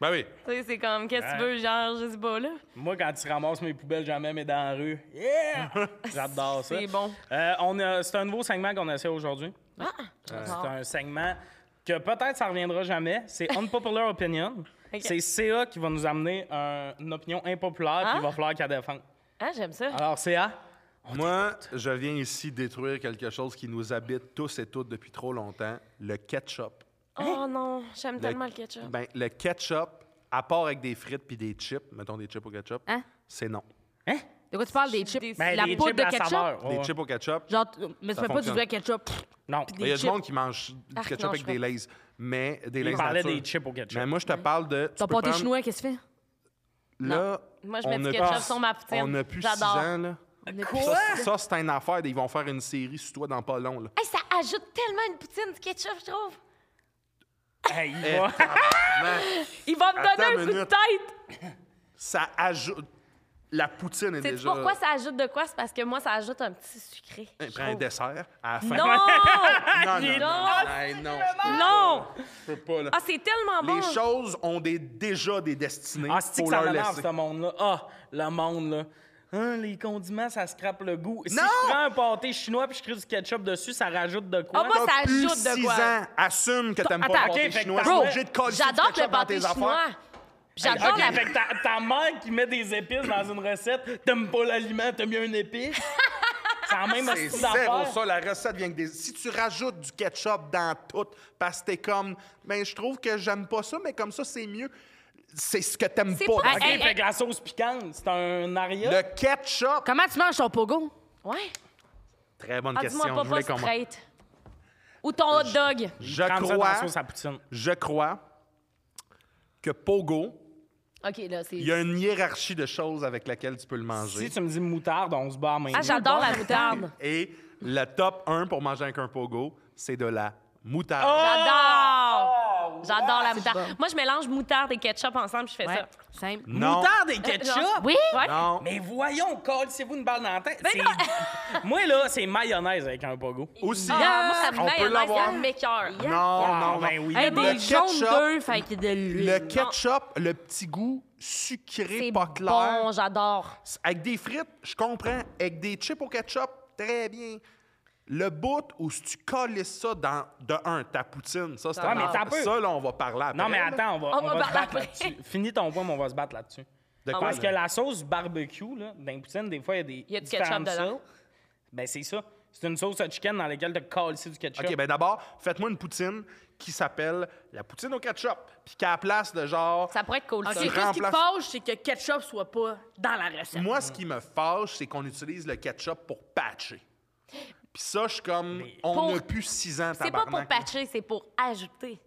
Ben oui.
Tu sais, c'est comme qu'est-ce que tu
Ouais.
veux, genre, je sais pas là.
Moi, quand tu ramasses mes poubelles, jamais mais dans la rue. Yeah!
Ah,
J'adore ça.
C'est bon.
Euh, on a- c'est un nouveau segment qu'on essaie aujourd'hui. Euh,
Ah,
C'est un segment que peut-être ça reviendra jamais. C'est Unpopular Opinion.
Ok.
C'est CA qui va nous amener un- une opinion impopulaire, puis
Ah?
il va falloir qu'elle défende.
Ah, j'aime ça.
Alors, CA,
Moi, je viens ici détruire quelque chose qui nous habite tous et toutes depuis trop longtemps, le ketchup.
Oh non, j'aime tellement le
Ah.
ketchup.
Ben, le ketchup, à part avec des frites puis des chips, mettons des chips au ketchup,
Hein?
c'est non.
De quoi tu parles des chips
déçue.
ben,
La
les
poudre
chips
de
à
ketchup
saveur, ouais,
Des
ouais.
chips au ketchup,
Genre, tu- mais
Ça
tu fais pas du
fonctionne.
vrai ketchup. pff,
Non.
puis
Il y a
des
du
chips.
monde qui mange
Ah,
du ketchup
non, je
avec
fais
des
pas.
lays, mais des lays
On parlait
nature.
des chips au ketchup.
Mais moi, je te parle de... tu
Ton
peux
pâté
prendre-
chinois, qu'est-ce que tu fais
Là,
Moi, je mets
on
du
a-
ketchup sur ma poutine.
On a plus 6
J'adore.
ans, là.
On est-
Ça, ça, c'est une affaire. Ils vont faire une série sur toi dans pas long, là.
Hey, ça ajoute tellement une poutine du ketchup, je trouve.
Hey, il
Eh,
va-
tabarnak.
Il va me
Attends
donner un
une
coup de
minute.
tête.
ça ajoute... La poutine est
Sais-tu
déjà...
pourquoi ça ajoute de quoi? C'est parce que moi, ça ajoute un petit sucré.
Eh,
je
Prends un
trouve.
dessert à la fin.
Non!
non, non, non,
Non!
Hey, non,
Non!
je peux pas, là.
Ah, c'est tellement bon!
Les choses ont des, déjà des destinées.
Ah, c'est
Faut
que ça
leur
m'énerve,
laisser.
ce monde-là. Ah, le monde, là. Hein, les condiments, ça scrape le goût. Si
Non!
je prends un pâté chinois puis je crée du ketchup dessus, ça rajoute de quoi?
Ah, moi, ça
T'as plus
ajoute de
six
quoi?
ans. Assume que t'aimes pas
Attends,
le pâté
ok, fait que
chinois.
t'as-
T'es
Bro,
obligé de coller du
J'adore
ketchup
le
dans
pâté
tes affaires.
chinois. J'adore
OK,
la...
fait que ta, ta mère qui met des épices dans une recette, t'aimes pas l'aliment, t'as mis un épice. C'est la
Ah,
même
C'est
astuce
zéro
d'affaire.
ça, la recette vient que des... Si tu rajoutes du ketchup dans tout, parce que t'es comme... Ben, je trouve que j'aime pas ça, mais comme ça, c'est mieux. C'est ce que t'aimes
C'est
pas.
pas-
OK,
ok?
Hey, hey.
fait que la sauce piquante, c'est un aria.
Le ketchup...
Comment tu manges ton pogo
Ouais.
Très bonne
Ah, dis-moi
question.
pas
Je
pas
voulais qu'on...
straight. Ou ton hot dog.
Euh, Je
Prends ça dans la sauce
crois...
à poutine.
Je crois que Pogo,
OK, là, c'est...
il y a une hiérarchie de choses avec laquelle tu peux le manger.
Si tu me dis moutarde, on se barre maintenant.
Ah, j'adore la moutarde.
Et Le top 1 pour manger avec un pogo, c'est de la moutarde.
Oh! Ah,
Oh,
J'adore! J'adore la moutarde. Moi, je mélange moutarde et ketchup ensemble, je fais
Ouais,
ça.
simple.
Non.
Moutarde et
Euh, Genre-
ketchup?
Oui?
Ouais.
Non.
Mais voyons, collez-vous une balle dans la tête. C'est- Moi, là, c'est mayonnaise avec un pogo.
Aussi.
Ah, moi, ça
on
me
peut
met
l'avoir.
à mes cœurs.
Non,
Ah,
non, non.
ben oui.
Hey,
Le
des
ketchup.
jaunes d'œufs, fait qu'il y a de l'huile.
Le ketchup, le petit goût sucré,
C'est
pas clair.
bon, j'adore.
Avec des frites, je comprends. Avec des chips au ketchup, très bien. Le bout où si tu colles ça dans, de un, ta poutine, ça, c'est
Ouais,
un
mais t'as
affaire.
peu.
Ça, là, on va parler après.
Non, mais
là.
attends, on va, on
On va
va se
parler
battre
après.
là-dessus. Finis ton point, mais on va se battre là-dessus.
De quoi?
Parce que la sauce barbecue, là, dans les poutines, des fois, il y a des.
Il y a du
différentes
ketchup dedans.
sauces. Ben, c'est ça. C'est une sauce à chicken dans laquelle tu calcé du ketchup.
OK, ben d'abord, faites-moi une poutine qui s'appelle la poutine au ketchup. Puis qu'à la place de genre...
Ça pourrait être cool,
OK,
ça.
Tu
qu'est-ce qui te
remplaces-
fâche, c'est que ketchup soit pas dans la recette.
Moi, ce qui me fâche, c'est qu'on utilise le ketchup pour patcher. Puis ça, je suis comme... On
Pour-
n'a plus six ans,
C'est pas pour
tabarnak.
patcher, c'est pour ajouter.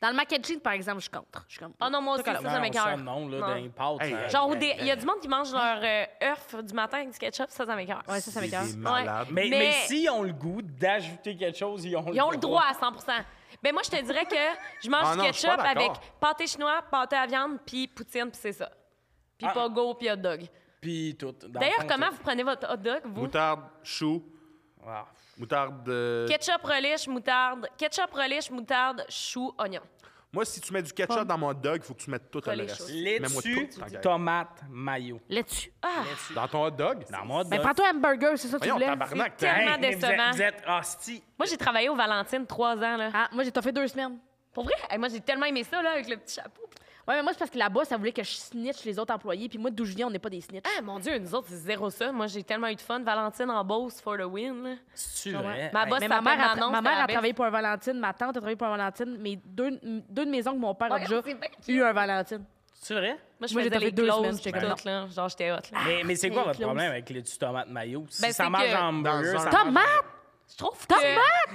Dans le mac and cheese, par exemple, je suis contre. Je suis comme...
Ah non, moi aussi, ça,
Non,
ça
ça,
m'écoeure.
non, là,
Non.
dans les pâtes.
Hey,
ça-
euh,
Genre, au dé- il y a du monde qui mange leur euh, œuf du matin avec du ketchup, ça, ça m'écoeure.
Ouais, ça, ça
C'est
m'écoeure.
des malades.
Mais, mais...
mais-
s'ils ont le goût d'ajouter quelque chose, ils ont
Ils ont le droit à 100 Ben moi, je te dirais que je mange
Ah
du
non, je suis pas
ketchup avec
d'accord.
pâté chinois, pâté à viande, puis poutine, puis c'est ça. Puis
Ah.
pogo, puis hot dog.
Puis tout. dans le
D'ailleurs,
fond,
comment
tout.
vous prenez votre hot dog, vous?
Moutarde, chou,
Ah.
moutarde... euh,
Ketchup relish, moutarde. Ketchup relish, moutarde, chou, oignon.
Moi, si tu mets du ketchup dans mon hot dog, il faut que tu mettes tout
Pas
le
les
reste.
choses.
Mets-moi tout,
Laitue,
t'inquiète.
tomate, mayo.
Laitue.
Ah,
Dans ton hot dog?
Dans mon
Ben, prends-toi un burger, c'est ça que tu
Voyons,
voulais.
tabarnak,
c'est tellement
mais vous êtes-
décevant.
Vous êtes hostie.
moi, j'ai travaillé au Valentine trois ans, là.
Ah, moi, j'ai toffé deux semaines.
Pour vrai? Hey, moi, j'ai tellement aimé ça, là, avec le petit chapeau.
Ouais, mais moi, c'est parce que là-bas, ça voulait que je snitch les autres employés. Puis moi, d'où je viens, on n'est pas des snitch.
Ah, mon Dieu, nous autres, c'est zéro ça. Moi, j'ai tellement eu de fun. Valentine en Beauce for the win, là.
C'est vrai.
Ma
Hey,
boss-
Mais
ça
ma
s'appelle
mère, a, tra-
Manon,
ma
c'est
mère
la
a
best.
travaillé pour un Valentine, ma tante a travaillé pour un Valentine, mais deux, deux de mes oncles, mon père a
Ouais,
déjà
c'est bien
eu un Valentine.
C'est vrai?
Moi, je
Moi, j'ai
faisais
fait
les
deux semaines,
closes,
j'étais
puis
comme
tout, là. Genre, j'étais hot, là.
Mais, mais c'est quoi
c'est
votre
close.
problème avec les tomate mayo? Si
Ben,
ça
c'est
mange
que-
en hamburger,
Dans
ça mange-
un-
Tomate!
Je trouve que...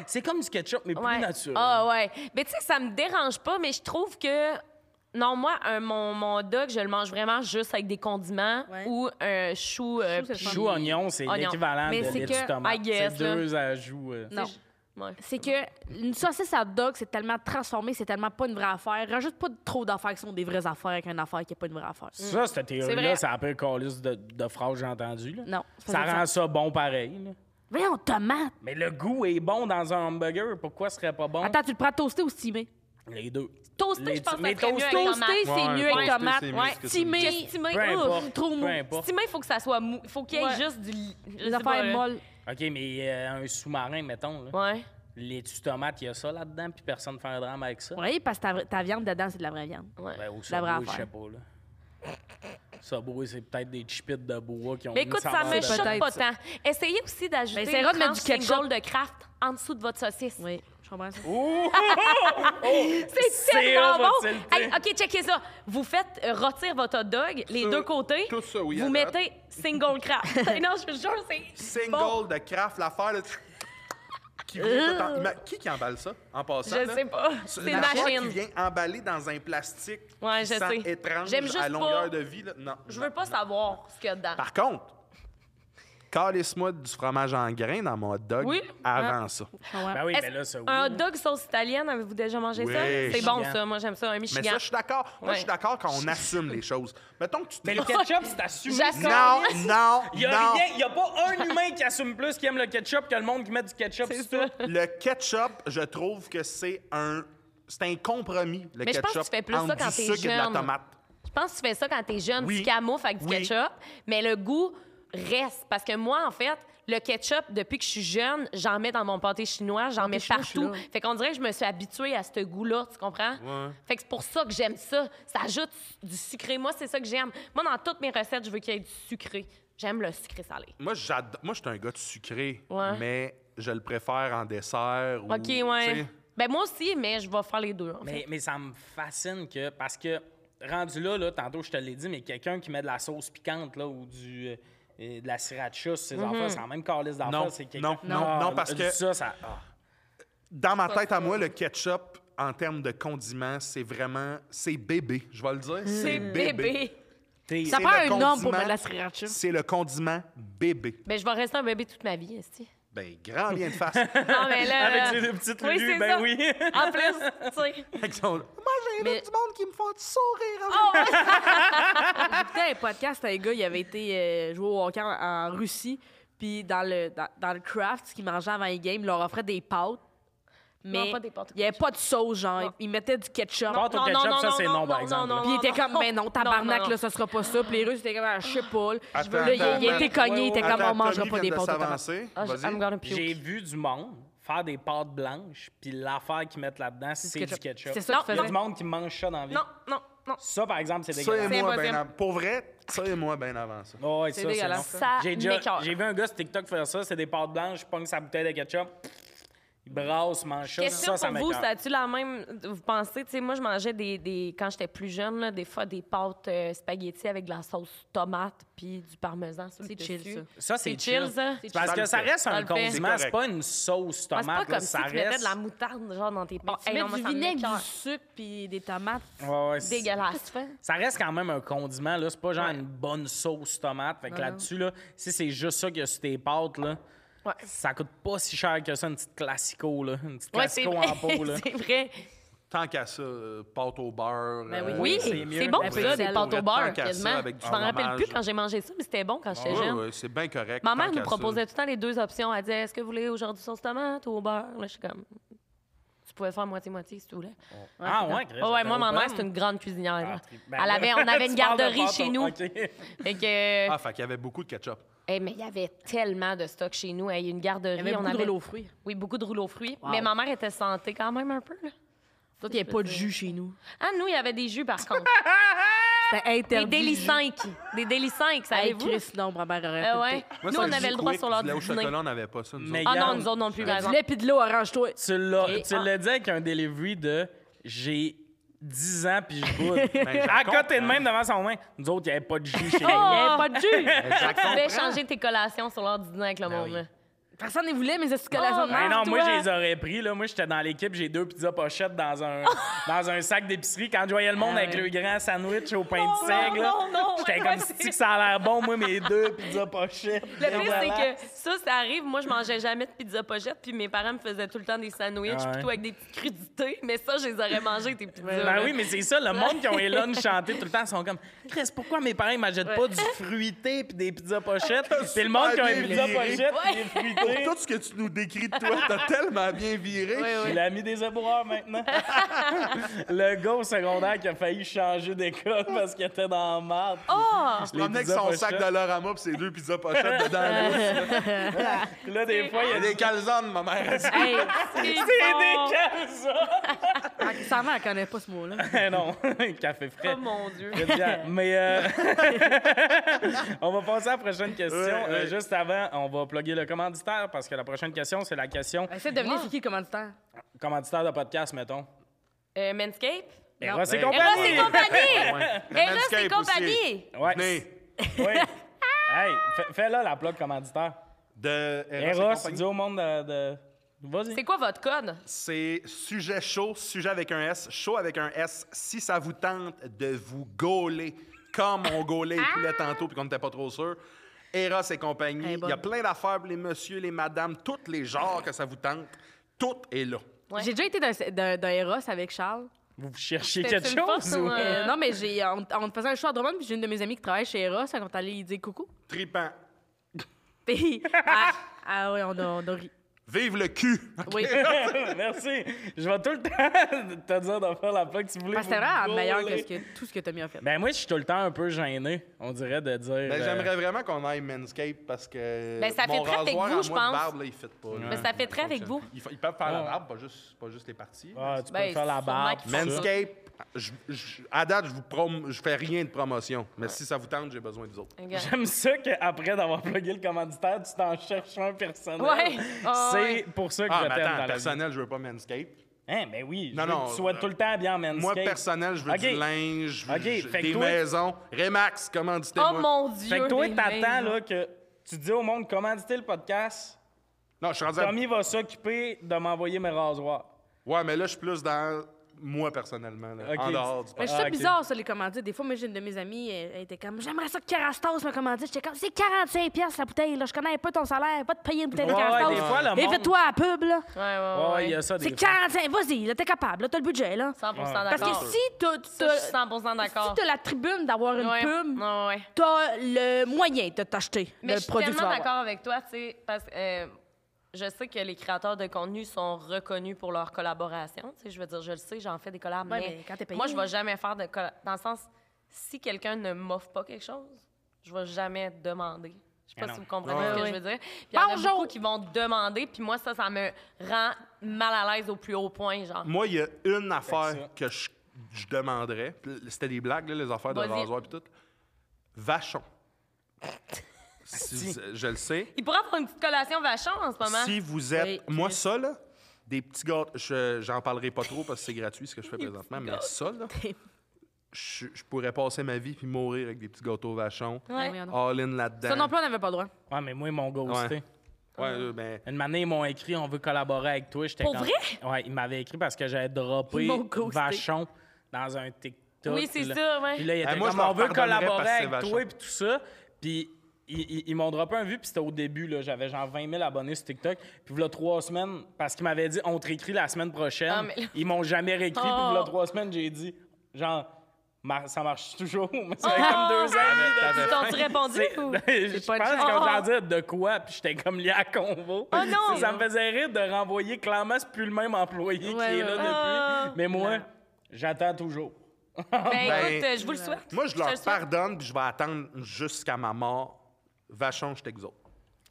C'est comme du ketchup, mais plus
Ouais.
naturel.
Ah ouais. Mais tu sais, ça me dérange pas, mais je trouve que... Non, moi, un- mon, mon dog, je le mange vraiment juste avec des condiments
Ouais.
ou un chou... euh,
Chou, c'est
puis-
le fun.
Chou oignon, c'est
Oignon.
l'équivalent de
Mais c'est
laitue
que, I
tomate.
guess,
C'est
là. Mm.
deux ajouts. euh.
Non.
Ouais.
C'est que une saucisse à dog, c'est tellement transformé, c'est tellement pas une vraie affaire. Rajoute pas trop d'affaires qui sont des vraies affaires avec une affaire qui est pas une vraie affaire.
Ça, cette théorie-là,
vrai.
ça appelle calice de, de phrase, j'ai entendu. là.
Non, c'est
Ça
pas ça.
rend ça bon pareil. là.
Voyons, tomate!
Mais le goût est bon dans un hamburger. Pourquoi ce serait pas bon?
Attends, tu le prends toasté ou steamé?
Les deux.
Toasté,
Les-
je pense que ça
mais
serait mieux
toasté,
avec tomate.
Toasté, c'est
Ouais,
mieux avec
toasté,
tomate.
c'est mieux que
Ouais,
steamé.
steamé,
Juste steamé,
Peu
ouf,
importe.
trop mou.
Peu importe.
Steamé, il faut que ça soit mou. faut qu'il y ait
Ouais.
juste du... je sais
les
pas, euh,
affaires
là.
molles.
OK, mais euh, un sous-marin, mettons. Là.
Ouais.
Laitue tomate, il y a ça là-dedans, puis personne ne fait un drame avec ça.
Oui, parce que ta, vra- ta viande dedans, c'est de la vraie viande.
ouais.
Ben, au
La vraie
Subway, je sais
affaire.
pas, là. Subway, c'est peut-être des chipites de bois qui ont
Mais
une
écoute, ça
saveur
me
de-
choque
peut-être
pas
ça.
tant. Essayez aussi d'ajouter
Ben,
une
essaiera de mettre
tranche
du ketchup.
single de craft en dessous de votre saucisse.
Oui, je comprends ça.
Ouh!
C'est tellement
on va se
bon!
le dire.
Hey, euh, OK, checkez ça. Vous faites euh, rôtir votre hot dog, les
Ça,
deux côtés.
tout ça, oui, à
vous
date.
mettez single craft. non, je te jure, c'est
Single
bon.
de craft, l'affaire, là, tu- qui vient tout en- Mais Qui qui emballe ça, en passant?
Je
là?
sais pas.
Ce-
C'est une
l'affaire
machine.
qui vient emballer dans un plastique
Ouais,
qui
je
sent
sais.
étrange
J'aime juste
à longueur
pas-
de vie, là. Non.
Je
non.
veux pas savoir ce qu'il y a dedans.
Par contre, calisse-moi du fromage en grain dans mon hot dog
Oui. hein.
avant ça.
Je
Ah
comprends.
Ben oui,
Est-ce-
mais là, ça, oui.
Un hot dog sauce italienne, avez-vous déjà mangé ça?
Oui.
C'est bon,
Michigan.
ça. Moi, j'aime ça. Un
Mais
Michigan.
ça, je suis d'accord. Moi,
Ouais.
je suis d'accord quand on assume les choses. Mettons que tu te
Mais le ketchup, c'est assumé.
J'assume.
Non, non,
Il y a
non.
rien, il y a pas un humain qui assume plus qui aime le ketchup que le monde qui met du ketchup sur tout.
Le ketchup, je trouve que c'est un... C'est un compromis, le
Mais je
ketchup,
pense que tu fais plus
entre
ça quand
du
t'es
sucre et de la
jeune.
tomate.
Je pense que tu fais ça quand t'es jeune,
Oui.
tu camoufles avec du
Oui.
ketchup, mais le goût reste. Parce que moi, en fait, le ketchup, depuis que je suis jeune, j'en mets dans mon pâté chinois, j'en mets
chinois, je suis
partout.
là.
Fait qu'on dirait que je me suis habituée à ce goût-là, tu comprends? Fait que c'est pour ça que j'aime ça. Ça ajoute du sucré. Moi, c'est ça que j'aime. Moi, dans toutes mes recettes, je veux qu'il y ait du sucré. J'aime le sucré salé.
Moi, j'adore. Moi, je suis un gars de sucré,
Ouais.
mais je le préfère en dessert. Ou,
OK,
tu
ouais.
sais.
Ben moi aussi, mais je vais faire les deux. en fait.
Mais, mais ça me fascine que. Parce que, rendu là, là tantôt, je te l'ai dit, mais quelqu'un qui met de la sauce piquante là, ou du, euh, euh, de la sriracha sur ses
Mm-hmm.
enfants, c'est la même calice
Non,
d'enfants. c'est quelqu'un-
non, non,
Ah,
non, parce
euh,
que-
Ça, ça. ah.
Dans ma tête à moi, le ketchup, en termes de condiment, c'est vraiment. C'est bébé, je vais le
Hmm.
dire. C'est bébé.
Bébé.
T'es-
Ça
C'est
prend
le
un homme pour
condiment-
mettre la sriracha.
C'est le condiment bébé.
Ben je vais rester un bébé toute ma vie, esti.
Ben, grand bien de face.
Non, mais là.
Avec
là-
ses petites
Euh, oui,
lulus,
c'est
ben
ça.
oui.
En plus, tu sais.
Avec son- Moi, j'ai
Mais-
du monde qui me font sourire. en-
J'écoutais un podcast, un gars, il avait été euh, jouer au hockey en, en Russie, puis dans le, dans, dans le craft, ce qu'il mangeait avant les games, il leur offrait des pâtes. Mais
Non, pas des pâtes au
il n'y avait pas de sauce, genre.
Non.
Il, il mettait du ketchup.
Pâte au ketchup, ça, c'est non, par exemple, là.
Puis il était comme, mais non,
Non,
tabarnak,
non, non.
là, ce sera pas ça. Puis les Russes étaient comme, ah, je sais pas. là.
Attends,
Là, il- il,
attends,
était cogné, il était comme,
Attends,
on mangera
Tommy
pas
vient
des
de
pâtes au tabarnak.
s'avancer.
Ah, je-
Vas-y.
I'm gonna puke.
J'ai vu du monde faire des pâtes blanches, puis l'affaire qu'ils mettent là-dedans, c'est du
ketchup.
ketchup.
C'est ça
Il y
qu'ils
a du
faisaient.
monde qui mange ça dans la vie.
Non, non, non.
Ça, par exemple, c'est
Ça et
dégueulasse.
moi,
impossible.
bien avant. Pour vrai, ça et moi, bien avant ça.
Ouais,
C'est
ça, c'est
dégueulasse,
non.
ça.
J'ai, déjà-
m'écoeure.
j'ai vu un gars sur TikTok faire ça, c'est des pâtes blanches, je pogne sa bouteille de ketchup, il brasse, mange ça, ça,
Question
ça
pour vous,
m'écoeure.
ça a-tu la même. Vous pensez, tu sais, moi, je mangeais des. des quand j'étais plus jeune, là, des fois, des pâtes euh, spaghettis avec de la sauce tomate puis du parmesan sur le
C'est
dessus.
chill, ça.
Ça, c'est,
C'est chill, ça.
C'est Parce
Ça
que
le
ça
fait.
reste
Ça
un
le fait.
condiment,
C'est
c'est pas une sauce
Ah, C'est pas
tomate,
comme
là,
si
ça
tu mettais
reste...
de la moutarde, genre, dans tes pâtes.
Ah, Tu
Hey, non,
mets
moi,
du
ça me
vinaigre,
m'écoeure.
du sucre, puis des tomates.
Ouais, ouais, c'est-
Dégueulasse.
Ça reste quand même un condiment, là. C'est pas genre une bonne sauce tomate. Fait que là-dessus, là, si c'est juste ça qu'il y a sur tes pâtes, là,
Ouais.
ça coûte pas si cher que ça, une petite classico, là. Une petite
Ouais, c'est
classico
vrai.
en peau, là.
c'est vrai.
Tant qu'à ça, euh, pâte au beurre.
Ben oui.
euh,
Oui,
c'est mieux.
c'est bon,
Ben,
ça,
oui.
des pâtes au
Tant qu'à
beurre,
ça,
quasiment.
avec du
Je m'en rappelle
fromage.
plus quand j'ai mangé ça, mais c'était bon quand
Oh,
j'étais
Ah ouais,
jeune.
ouais, c'est bien correct.
Ma
tant
mère nous
qu'à ça.
proposait tout le temps les deux options. Elle disait Est-ce que vous voulez aujourd'hui sauce tomate ou au beurre Là, je suis comme. Tu pouvais faire moitié-moitié si tu voulais.
Ah ouais, Chris,
Ah ouais,
t'as
moi,
au
ma
pomme.
mère, c'est une grande cuisinière. là.
Ah, tri- ben
Elle
là,
avait, on avait une
tu parles de
garderie
pâtes,
chez
on-
nous.
OK.
Fait que,
Ah, fait qu'il y avait beaucoup de ketchup.
Hey, mais il y avait tellement de stock chez nous. Hey, une garderie.
Il y avait
on
beaucoup de rouleaux aux fruits.
Oui, beaucoup de rouleaux aux fruits.
Wow.
Mais ma mère était santé quand même un peu. Là.
Toi, il n'y avait pas de jus chez nous.
Ah, nous, il y avait des jus, par contre.
C'était
des
interdit.
Daily
le jus.
5. Des Daily 5, ça
Hey,
avez-vous?
Chris, non, ma mère aurait
Ah
pété.
ouais. nous, on avait le droit sur leur
Là, au
dîner.
chocolat, on n'avait pas ça. Nous
Mais
autres.
Ah
Regarde.
non, nous autres non plus, par
Du
exemple.
lait puis de l'eau, arrange-toi.
Tu l'as,
Et-
tu
ah.
l'as dit avec un delivery de j'ai 10 ans puis je boude.
je
à côté de
comprends.
même devant son main. Nous autres, il n'y avait pas de jus
Oh,
chez nous.
Il n'y avait pas de jus.
Tu pouvais changer tes collations sur l'heure du dîner avec le monde.
oui.
là.
Personne ne voulait mes escalations
Oh,
de
Ben
merde,
non, moi,
toi.
je les aurais pris. Là. Moi, j'étais dans l'équipe, j'ai deux pizzas pochettes dans un, dans un sac d'épicerie. Quand je voyais le monde
Ah
avec
ouais.
le grand sandwich au pain de seigle, là,
Oh non, non,
j'étais
ouais,
comme
ouais,
si
c'est-
que ça a l'air bon, moi, mes deux pizzas pochettes.
Le pire, c'est que ça, ça arrive. Moi, je mangeais jamais de pizza pochette, puis mes parents me faisaient tout le temps des sandwichs,
Ah ouais.
plutôt avec des petites crudités. Mais ça, je les aurais mangés, tes pizzas.
Ben
là.
oui, mais c'est ça, le monde qui ont Elon chanté tout le temps, ils sont comme Chris, pourquoi mes parents ils m'achètent pas du fruité puis des pizzas pochettes? Puis le monde qui a
bien
une pizza
viré.
pochette puis des
Pour
fruités.
tout ce que tu nous décris de toi, t'as tellement bien viré.
Il a mis des éboueurs maintenant. le gars au secondaire qui a failli changer d'école parce qu'il était dans la marde.
Ah!
Il promenait avec son sac de l'orama pis ses deux pizzas pochettes dedans.
Puis là, des fois, il y a
Il y a des calzones, ma mère. elle dit.
Hey,
c'est bon.
C'est des
sa mère, elle connaît pas ce mot-là.
Eh non, café frais.
Oh mon Dieu.
Très bien. Mais euh, on va passer à la prochaine question.
Ouais, ouais.
Euh, juste avant, on va plugger le commanditaire parce que la prochaine question, c'est la question
Essaye de devenir
Moi?
c'est qui le commanditaire.
commanditaire de podcast, mettons.
Euh, Manscape?
Eros et
Ben,
Eros
compagnie!
et compagnie!
Le
Eros et
Manscaped
compagnie!
aussi.
Ouais.
Venez.
Oui. Hey, fais- fais-la la plug commanditaire.
De Eros et
Eros,
compagnie.
dis au monde de. de- Vas-y.
C'est quoi votre code?
C'est sujet chaud, sujet avec un S, chaud avec un S. Si ça vous tente de vous gauler comme on gaulait les poulets
Ah!
tantôt puis qu'on n'était pas trop sûr, Eros et compagnie,
Elle est
il y a plein d'affaires pour les messieurs, les madames, tous les genres que ça vous tente, tout est là.
Ouais.
J'ai déjà été d'un- d'un d'un Eros avec Charles.
Vous cherchiez
C'était
quelque
une force
chose
ou
ou.
un-
Euh,
Euh.
non, mais j'ai, on, on faisait un show à Drummond, puis j'ai une de mes amies qui travaille chez Eros, elle est allée lui dire coucou.
Tripant.
Puis, ah, ah oui, on a, on a ri.
Vive le cul!
Oui.
Merci. Je vais tout le temps te dire de faire la plug si vous
Ah,
voulez.
Parce que
vous
c'était vraiment meilleur que,
gauler.
ce que tout ce que Tommy a fait.
Ben moi, je suis tout le temps un peu gêné, on dirait, de dire...
Ben,
euh,
J'aimerais vraiment qu'on aille Manscape parce que.
Ben, ça fait
mon
très avec
rasoir à
vous, je
moi de
pense.
barbe, là, il fit pas. là.
Mais ça fait très
Il
avec
fonctionne
vous.
plus. Ils, fa- ils peuvent faire la
Ouais.
barbe, pas juste, pas juste les parties.
Ah, tu peux
Ben,
me faire la
sûrement
barbe.
qu'il faut
tout ça.
Manscaped.
Manscape, je, je- à date, je vous prom- je fais rien de promotion. Mais si ça vous tente, j'ai besoin de vous autres.
Regarde.
J'aime ça qu'après d'avoir plugué le commanditaire, tu t'en cherches un personnel.
Ouais. Ah,
C'est
ouais.
pour ça que
Ah,
je
mais
t'aime dans
attends,
la
personnel, je veux pas Manscape.
vie. Hein, ben oui.
Non,
je veux
non,
que tu sois
euh,
tout le temps bien en manscape.
Moi, personnel, je veux
Ok.
du linge, je veux
Ok,
je-
fait que
des
toi-
maisons. Remax, comment dites
Oh mon Dieu!
Fait que toi,
les
t'attends
maisons.
là, que tu dis au monde commanditer le podcast,
Non, je suis rendu à-
Tommy va s'occuper de m'envoyer mes rasoirs.
Ouais, mais là, je suis plus dans Moi, personnellement, là,
Ok.
en dehors du
Mais Ben, je
podcast.
trouve ça
Ah, ok.
bizarre, ça, les commandites. Des fois, moi, j'ai une de mes amies, elle, elle était comme, j'aimerais ça que Carastos me commandite. J'étais comme, c'est 45 pièces la bouteille, là. Je connais un peu ton salaire, pas de payer une bouteille de
Ouais, ouais,
Carastos.
des fois, le
Et
monde-
fais-toi à la pub,
Ouais,
là.
ouais,
Ouais,
ouais.
il y a ça des
C'est
fois.
45, vas-y, là, t'es capable, là, t'as le budget, là.
100
Ouais.
d'accord.
Parce que si t'as,
Ça, je suis
t'as-
100
si
d'accord.
t'as la tribune d'avoir une
Ouais.
pub,
Ouais, ouais.
t'as le moyen de t'acheter
Mais
le
je suis
produit que tu
tellement
vas avoir.
d'accord avec toi, tu sais, parce que euh, je sais que les créateurs de contenu sont reconnus pour leur collaboration. Tu sais, je veux dire, je le sais, j'en fais des collabs,
Ouais,
mais,
mais quand t'es payé,
moi, je
là.
vais jamais faire de collab. Dans le sens, si quelqu'un ne m'offre pas quelque chose, je vais jamais demander. Je sais
Mais
pas
non.
si vous comprenez
Ouais,
ce que
ouais.
je veux dire. Puis il y en a
Bonjour.
beaucoup qui vont demander, puis moi, ça, ça me rend mal à l'aise au plus haut point, genre.
Moi, il y a une
Fait que ça.
affaire que je, je demanderais. Puis C'était des blagues, là, les affaires de
Vas-y.
rasoir et tout. Vachon. Si- je le sais.
Il pourrait avoir une petite collation vachon en ce moment.
Si vous êtes.
Oui,
Moi, ça, là, des petits gâteaux. je- J'en parlerai pas trop parce que c'est gratuit ce que je fais présentement, mais ça, là, je, je pourrais passer ma vie puis mourir avec des petits gâteaux vachons.
Ouais.
Ouais, non.
All-in
Ça non
là-dedans.
plus, on n'avait pas le droit.
Ouais, mais moi, ils m'ont ghosté.
Ouais. Ouais, euh, ben,
Une année, ils m'ont écrit, on veut collaborer avec toi. J'étais
Pour
comme-
vrai?
Ouais, ils m'avaient écrit parce que j'avais droppé
Ils m'ont ghosté.
Vachon dans un TikTok.
Oui, c'est
là.
ça, ouais.
Puis là, il était
Hey, moi,
comme,
je leur
on veut
pardonnerais
collaborer
parce que
avec
c'est
toi,
Vachon.
puis tout ça. Puis ils, ils- ils m'ont droppé un vu, puis c'était au début, là. J'avais genre 20 000 abonnés sur TikTok. Puis voilà trois semaines, parce qu'ils m'avaient dit, on te réécrit la semaine prochaine.
Ah, mais là-
Ils m'ont jamais réécrit, puis
Oh.
voilà trois semaines, j'ai dit, genre, Mar- ça marche toujours. Mais ça fait
Oh.
comme deux ans.
t'avais- t'avais-
T'as-tu répondu? ou-
je
pas
pense
le
qu'on
genre.
j'en disais de quoi, puis j'étais comme lié à convo.
Oh non!
Ça me faisait rire de renvoyer clairement, c'est plus le même employé
Ouais,
qui est là
ouais.
Ah.
depuis. Mais moi, j'attends toujours.
Ben,
Ben,
écoute, euh, je vous le souhaite.
moi, je
te
leur
le souhaite.
pardonne puis je vais attendre jusqu'à ma mort. Vachon, je t'exauce.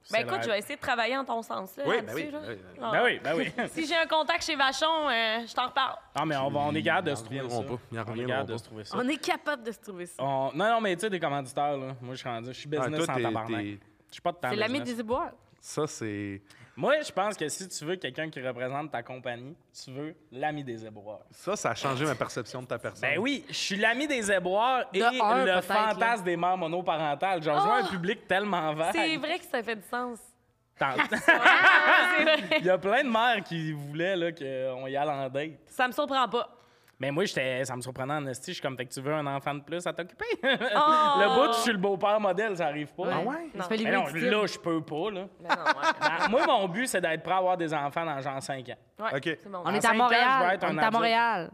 C'est
Ben écoute,
le
je vais essayer de travailler en ton sens. Là,
Oui, ben
là-dessus,
oui,
là.
ben oui, ben oui.
Ah.
Ben oui, ben oui.
Si j'ai un contact chez Vachon, euh, je t'en reparle.
Non, mais on, va, on est capable de se trouver ça.
reviendront pas. Ils en
On est
reviendront
capable de
pas.
se trouver ça.
On est capable de se trouver ça.
On- Non, non, mais tu sais, des commanditaires, là. Moi, je suis rendu, je suis business
Ah, toi,
en
t'es-
tabarnak.
t'es-
Je suis pas de temps
C'est l'ami
business.
des éboires.
Ça, c'est.
Moi, je pense que si tu veux quelqu'un qui représente ta compagnie, tu veux l'ami des éboueurs.
Ça, ça a changé ma perception de ta personne.
Ben oui, je suis l'ami des éboires et
De un,
le
peut-être, là.
fantasme des mères monoparentales. J'en vois un public tellement
Ah,
vague.
C'est vrai que ça fait du sens.
Tant-
Ah, c'est vrai.
Il y a plein de mères qui voulaient là, qu'on y aille en date.
Ça me surprend pas.
Mais moi, j'étais, ça me surprenait en esti. Je suis comme, fait que tu veux un enfant de plus à t'occuper? le bout, je suis le beau-père modèle, ça arrive pas.
Ah
Ben,
ouais?
C'est pas
Mais
les
non,
mêmes styles.
là, je peux pas, là.
Mais non, ouais.
Ben, moi, mon but, c'est d'être prêt à avoir des enfants dans genre 5 ans.
Ouais,
Ok.
C'est bon.
On est
cinq ans,
à
je vais
Montréal.
être un
On est à
adulte.
Montréal.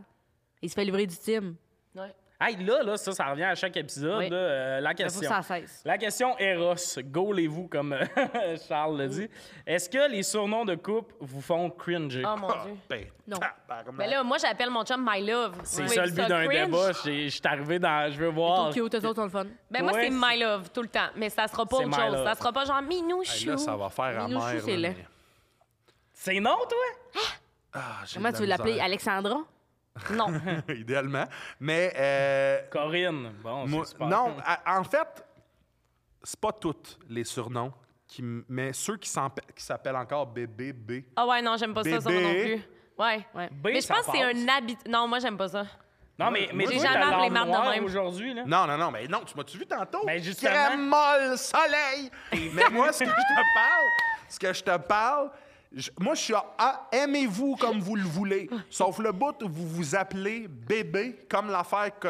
Il se fait livrer du team.
Ouais.
Hey, là, là, ça, ça revient à chaque épisode.
Oui.
là, euh, la
Il faut que
question.
ça cesse.
La question Eros, gaulez-vous comme euh, Charles le dit. Est-ce que les surnoms de couple vous font cringer?
Oh mon Dieu.
Ben,
Non.
Ah.
tabarnak.
Mais là, moi, j'appelle mon chum My Love.
c'est
Oui,
ça le but
ça,
d'un
cringe.
débat. J'ai- Je suis arrivé dans. Je veux voir.
Tout cute, eux autres sont le fun.
Ben moi,
Ouais,
c'est My Love tout le temps. Mais ça sera pas
C'est
autre
My
chose.
Love.
Ça sera pas genre
Hey,
Minouchou.
là, ça va faire
Minou
amer.
Chou, c'est
là,
laid.
mais-
C'est non, toi?
Ah, j'ai
Comment
de
tu veux
la
l'appeler?
misère.
Alexandra?
Non.
idéalement. Mais euh,
Corinne. Bon,
moi-
c'est super.
non, à- en fait, c'est pas toutes les surnoms, qui, m- mais ceux qui s'empa- qui s'appellent encore bébé B.
Ah ouais, non, j'aime pas ça, ça moi non
Bébé.
plus. Ouais.
Ouais.
B,
Mais je
ça
pense que c'est
passe.
un habit. Non, moi, j'aime pas ça.
Non, mais, mais
J'ai
toi,
jamais
t'as
appelé
l'âme
Marthe de
noire
même.
aujourd'hui, là.
Non, non, non, mais non, tu m'as-tu vu tantôt?
Ben, justement.
Crème molle, soleil! mais moi, ce que je te parle, ce que je te parle, je- moi, je suis à à aimez-vous comme vous le voulez. Sauf le bout où vous vous appelez bébé, comme l'affaire que,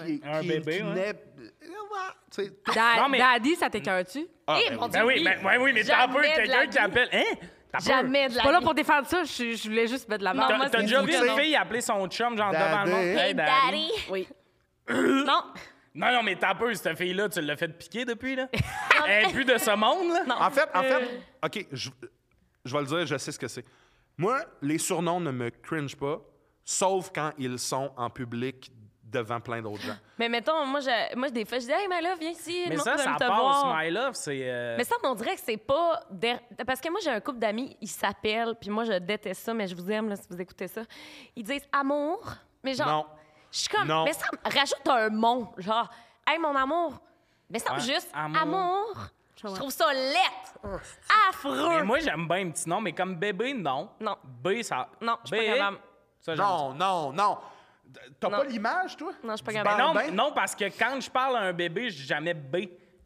Ouais,
qui,
Un
qui-
bébé,
qui
ouais.
naît- Euh, ouais, tu sais,
Da-
Non, mais-
Daddy, ça t'écœure-tu?
Ah,
Eh,
ben
mon
oui.
Ben oui,
Oui.
mais, ouais, oui, mais t'as un peu
Jamais de
quelqu'un
la
qui
vie.
appelle. Hein? T'as peur.
Jamais de
Je
la
suis pas là
vie.
pour défendre ça. Je, je voulais juste mettre de la
Non,
T'as
merde.
moi,
t'as
c'est
déjà
du
vu une
canon.
fille appeler son chum, genre devant le
Daddy.
monde.
Hey, daddy.
Oui.
Non.
Non, non, mais t'as peur, cette fille-là, tu l'as fait piquer depuis, là. Elle est plus de ce monde, là.
En fait, en
Euh.
fait, OK, je, je vais le dire, je sais ce que c'est. Moi, les surnoms ne me cringe pas, sauf quand ils sont en public devant plein d'autres gens.
Mais mettons, moi, je, moi des fois, je dis, hey, my love, viens ici.
Mais
le monde
ça,
veut
ça
te
passe,
voir.
my love, c'est. euh,
Mais ça, on dirait que c'est pas. der- Parce que moi, j'ai un couple d'amis, ils s'appellent, puis moi, je déteste ça, mais je vous aime, là, si vous écoutez ça. Ils disent amour, mais genre.
Non.
Je suis comme.
Non.
Mais ça, rajoute un mot, genre, hey, mon amour. Mais ça,
Ouais,
juste
amour.
amour. Je Oh, trouve ça laid.
Mais
Affreux.
moi, j'aime bien un petit nom, mais comme bébé, non.
Non.
B, ça.
Non, je suis pas
B,
capable.
ça, j'aime ça.
Non, non, non. T'as
Non.
pas l'image, toi?
Non, je suis pas
Du
capable.
Ben Non,
bambin?
non, parce que quand je parle à un bébé, je dis jamais B.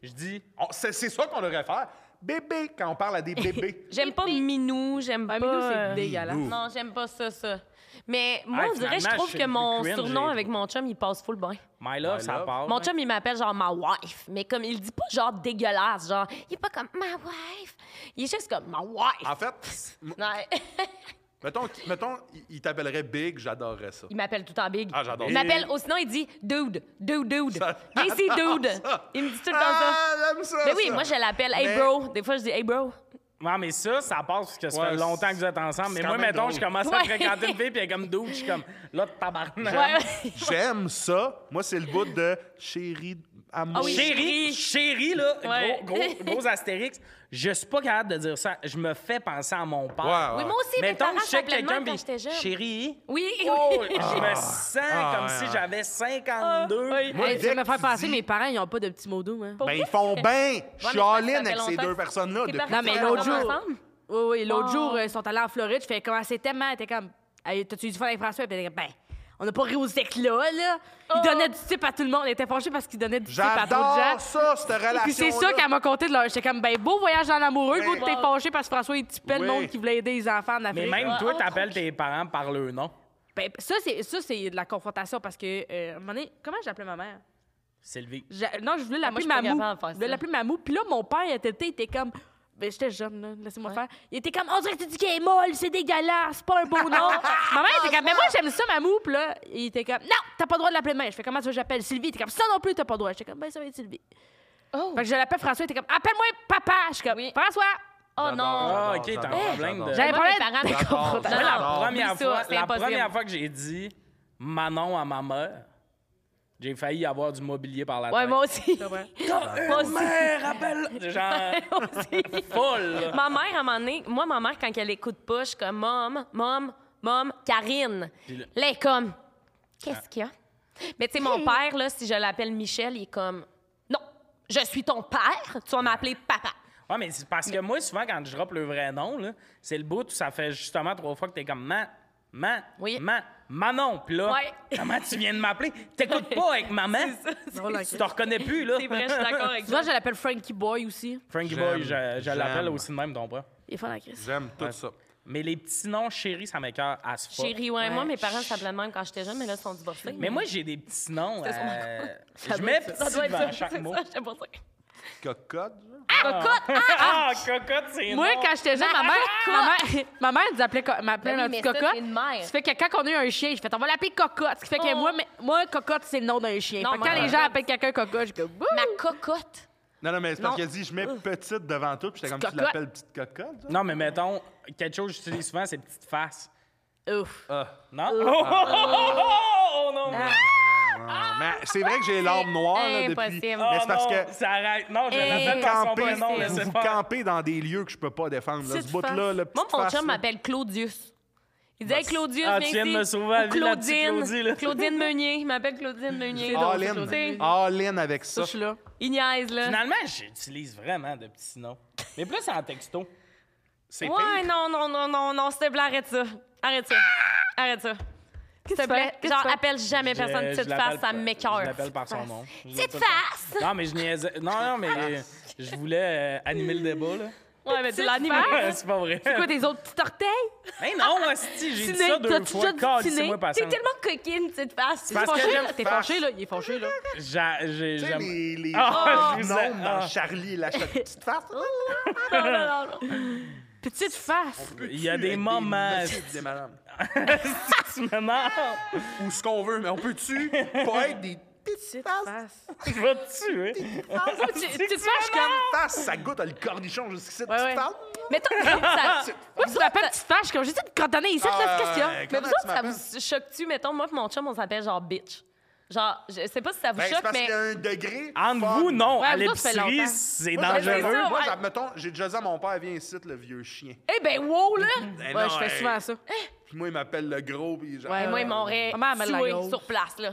Je dis.
On- c'est, c'est ça qu'on devrait faire. Bébé, quand on parle à des bébés.
J'aime pas Minou, j'aime pas.
mais nous,
euh,
c'est dégueulasse.
Ouh.
Non, j'aime pas ça, ça. Mais moi,
Hey,
on dirait, je
Ah, finalement,
trouve
je suis
que
le
mon
plus cringe,
surnom
j'ai
avec mon chum, il passe full bain.
My love,
My
ça
love.
part.
Mon
là.
chum, il m'appelle genre ma wife, mais comme il dit pas genre dégueulasse, genre il est pas comme ma wife, il est juste comme ma wife.
En fait, m-
Ouais.
mettons, qu'il- mettons il- il t'appellerait Big, j'adorerais ça.
il m'appelle tout le temps big.
Ah, j'adore
il
ça.
m'appelle, ou sinon il dit dude, dude, dude.
Ça-
Mais c'est dude.
ça.
Il me dit tout le temps ça.
Ah, j'aime ça.
Mais oui,
ça.
moi je l'appelle hey
Mais-
bro. Des fois je dis hey bro.
Non, mais ça, ça passe parce que ça
Ouais,
fait longtemps que vous êtes ensemble. Mais
c'est
moi,
quand même
mettons,
drôle.
je commence à
Ouais.
fréquenter une fille, puis elle est comme douche, je suis comme là, tabarnak.
Hein?
Ouais,
Ah. J'aime ça. Moi, c'est le bout de chérie amour.
Ah oui.
Chérie,
Chérie.
chérie, là,
Ouais.
gros, gros, gros astérix, je suis pas capable de dire ça. Je me fais penser à mon père.
Ouais, ouais.
Oui, moi aussi, mes
Mettons,
parents
je check
s'appelaient de
quelqu'un,
même
puis
quand j'étais jeune.
chérie,
Oui,
oh,
oui.
je me sens
Ah,
comme
ouais,
si
ouais.
j'avais 52.
oui.
Moi,
Hey, tu
dès
veux me
que
faire
tu
penser,
dis-
mes parents, ils n'ont pas de petits mots doux. Hein?
Pour
Ben,
vrai?
ils font bien. Je
Ouais,
suis
mais parce que
all
ça
in
fait
avec ces
longtemps.
deux personnes-là.
Tes
depuis
parents
Non, mais
sont
l'autre
encore
jour-
ensemble?
Oui, oui, l'autre
Oh.
jour, euh, ils sont allés en Floride. Je fais comment c'est tellement. Elle était comme. Hey, T'as-tu du fun avec François? Puis elle était comme, ben, on n'a pas ri aux éclats, là. Il
Oh.
donnait du type à tout le monde. Elle était fâchée parce qu'il donnait du type à trop de gens.
J'adore ça, cette relation.
Et Puis c'est ça qu'elle m'a conté de leur. J'étais comme, ben, beau voyage dans l'amoureux.
Ben-
Beau de t'es fâché parce que François, il typait le
Oui.
monde qui voulait aider les enfants en
Mais
Afrique.
même
Ouais,
toi,
oh,
t'appelles tes parents par leur nom.
Ben, ça, c'est, ça, c'est de la confrontation parce que, euh, à un moment donné, comment j'appelais ma mère?
Sylvie.
J'a- Non, je voulais l'appeler
Ah, je suis pas
Mamou.
capable de faire
Je voulais
ça.
l'appeler Mamou. Puis là, mon père, il était, il était comme. Ben, j'étais jeune, là. Laissez-moi faire. Il était comme, on dirait que tu dis qu'elle est molle, c'est dégueulasse, c'est pas un beau nom. Ma mère était comme, mais moi, j'aime ça, Mamou. Puis là, il était comme, non, t'as pas le droit de l'appeler de même. Je fais, comment ça, j'appelle Sylvie? Il était comme, ça non plus, t'as pas le droit. J'étais comme, ben, ça va être Sylvie.
Oh.
Fait que je l'appelle François, il était comme, appelle-moi papa. Je suis comme,
Oui.
François.
Oh non.
Ah,
J'adore,
OK, t'as
j'adore,
un problème de...
j'adore.
J'avais
Moi,
pas
mes parents-
l'air de confrontation.
Moi, la,
J'adore.
première
Oublie ça,
fois,
c'est
la
impossible.
première fois que j'ai dit Manon à ma mère, j'ai failli avoir du mobilier par la
Ouais,
tête.
moi aussi. Moi aussi.
mère appelle... Genre, folle. là.
Ma mère, à un moment donné, moi, ma mère, quand elle écoute pas, je suis comme Mom, Mom, Mom, Karine.
Puis là- Ah.
Là, elle est comme Qu'est-ce qu'il y a? Mais tu sais, mon père, là, si je l'appelle Michel, il est comme Non, je suis ton père, tu vas m'appeler papa.
Ouais, mais c'est parce que moi, souvent, quand je drop le vrai nom, là, c'est le bout où ça fait justement trois fois que t'es comme man, man,
Oui.
man, Manon. Puis là,
Ouais.
comment tu viens de m'appeler? T'écoutes pas avec maman.
Drôle,
Tu
ok.
te reconnais plus, là.
C'est vrai, je suis d'accord avec toi.
Souvent, je l'appelle Frankie Boy aussi.
Frankie
J'aime,
Boy, je, je l'appelle
j'aime.
aussi de même, ton bras.
Il est fort
hein,
la crise.
J'aime tout ça.
Mais les petits noms chéris, ça m'écoeure à ce
Chérie, ouais,
Ouais.
moi, mes parents s'appelaient de même quand j'étais jeune, mais là, ils sont divorcés.
Mais moi, j'ai des petits noms. euh, je
doit
mets
être ça
petit
doit être
devant
ça,
chaque
c'est
mot.
ça, je sais pas ça.
Cocotte, genre.
Cocotte!
Ah, cocotte, c'est
Moi,
non.
quand j'étais jeune, ma mère, ma mère, ma mère nous appelait, co- m'appelait
Ben oui,
notre
mais ça,
cocotte.
c'est une mère.
Ça fait que quand on a eu un chien, je fais, on va l'appeler cocotte. Ce qui fait que
Oh.
moi, mais- moi, cocotte, c'est le nom d'un chien.
Non,
Fait que
moi,
quand les
cocotte.
gens appellent quelqu'un cocotte, je dis, Bouh!
Ma cocotte!
Non, non, mais c'est parce
Non.
qu'elle dit, je mets petite devant tout, puis j'étais comme, tu
Cocotte.
l'appelles petite cocotte, genre?
Non, mais mettons, quelque chose que j'utilise souvent, c'est petite face.
Ouf.
Ah.
Non? Oh, oh, oh, oh, oh, non!
Ah, mais c'est vrai que j'ai l'arme noire, là, depuis...
impossible.
Oh
Mais c'est parce
non,
que...
Ça arrête. Non, je
Eh,
l'appelle par son
Camper,
prénom,
impossible.
laissez
vous vous
faire.
campez dans des lieux que je peux pas défendre. là,
Petite
ce bout-là,
face.
le
Moi,
petit
mon
face,
chum
là.
m'appelle Claudius. Il dit Hey, Claudius,
Ah,
viens
tu viens de
ici.
me sauver la
Ou
vie, la petite
Claudine.
Claudie, là. Ah,
Claudine Meunier. Il m'appelle Claudine Meunier.
C'est drôle,
All
c'est
in.
drôle.
T'sais,
All in avec ça.
Ça, je suis là.
Il niaise, là.
Finalement, j'utilise vraiment de petits noms. Mais plus en texto.
C'est
ouais,
pire.
non, non, non, non, non, s'il te plaît, arrête ça. Arrête ça. Arrête ça. S'il te
tu
plaît,
fais? Qu'est-ce que
genre,
tu fais?
appelle jamais personne
Je- je
petite
l'appelle
face, ça
pas-
m'écœure.
Je l'appelle par son nom. Je
Petite
l'appelle pas-
face!
Non, mais je niaisais. Non, non, mais euh,
Ah.
je voulais euh, animer le débat, là.
Ouais, mais tu
Petite
l'animes.
face?
c'est pas vrai.
Quoi, tes autres petits orteils?
Mais non, hostie, j'ai dit
Ciné,
ça deux
t'as-tu
fois.
déjà dit
Calissez-moi
ciné?
patience.
T'es tellement coquine, petite face.
Parce que
Fâché?
j'aime-
T'es
face.
fâché, là. Il est fâché, là.
J'a- j'ai-
Tu sais,
j'aime-
les, les
Ah,
Oh.
je vous ai-
gnomes dans
ah.
Charlie et la cha- petite face.
Non, non, non, non.
Petite face.
Il y a des moments
messieurs et des madames.
tu me mens.
Ou ce qu'on veut, mais on peut-tu pas être des petites
Petite
faces?
face.
Je vais te tuer.
Ah, Petite petite face, je suis comme.
Face, ça goûte à le cornichon jusqu'ici.
Ouais, ouais.
Petite face.
Mais toi, ça.
Moi, tu m'appelles petite face, je suis comme, j'essaie de cantonner ici, là,
Ah,
qu'est-ce qu'il y a?
Euh,
ouais,
Mais
Comment
vous
tu
autres, ça
m'appelles?
vous choque-tu? Mettons, moi et mon chum, on s'appelle genre bitch. Genre, je sais pas si ça vous
Ben, c'est
choque,
parce
mais.
qu'il y a un degré.
Entre
fun.
vous, non.
Ouais,
à
vous autres, ça fait
l'épicerie,
longtemps.
c'est
Moi, j'appelle
dangereux.
ça- Moi,
Ouais.
j'appelle- mettons, j'ai déjà dit à mon père, viens ici, le vieux chien.
Eh ben, wow, là!
Ben
Ouais,
non,
je fais
hey.
souvent ça.
Puis moi, il m'appelle le gros, puis genre.
Ouais,
Et Ben, moi, ils m'auraient
Maman, elle me l'a
tué
grosse.
sur place, là.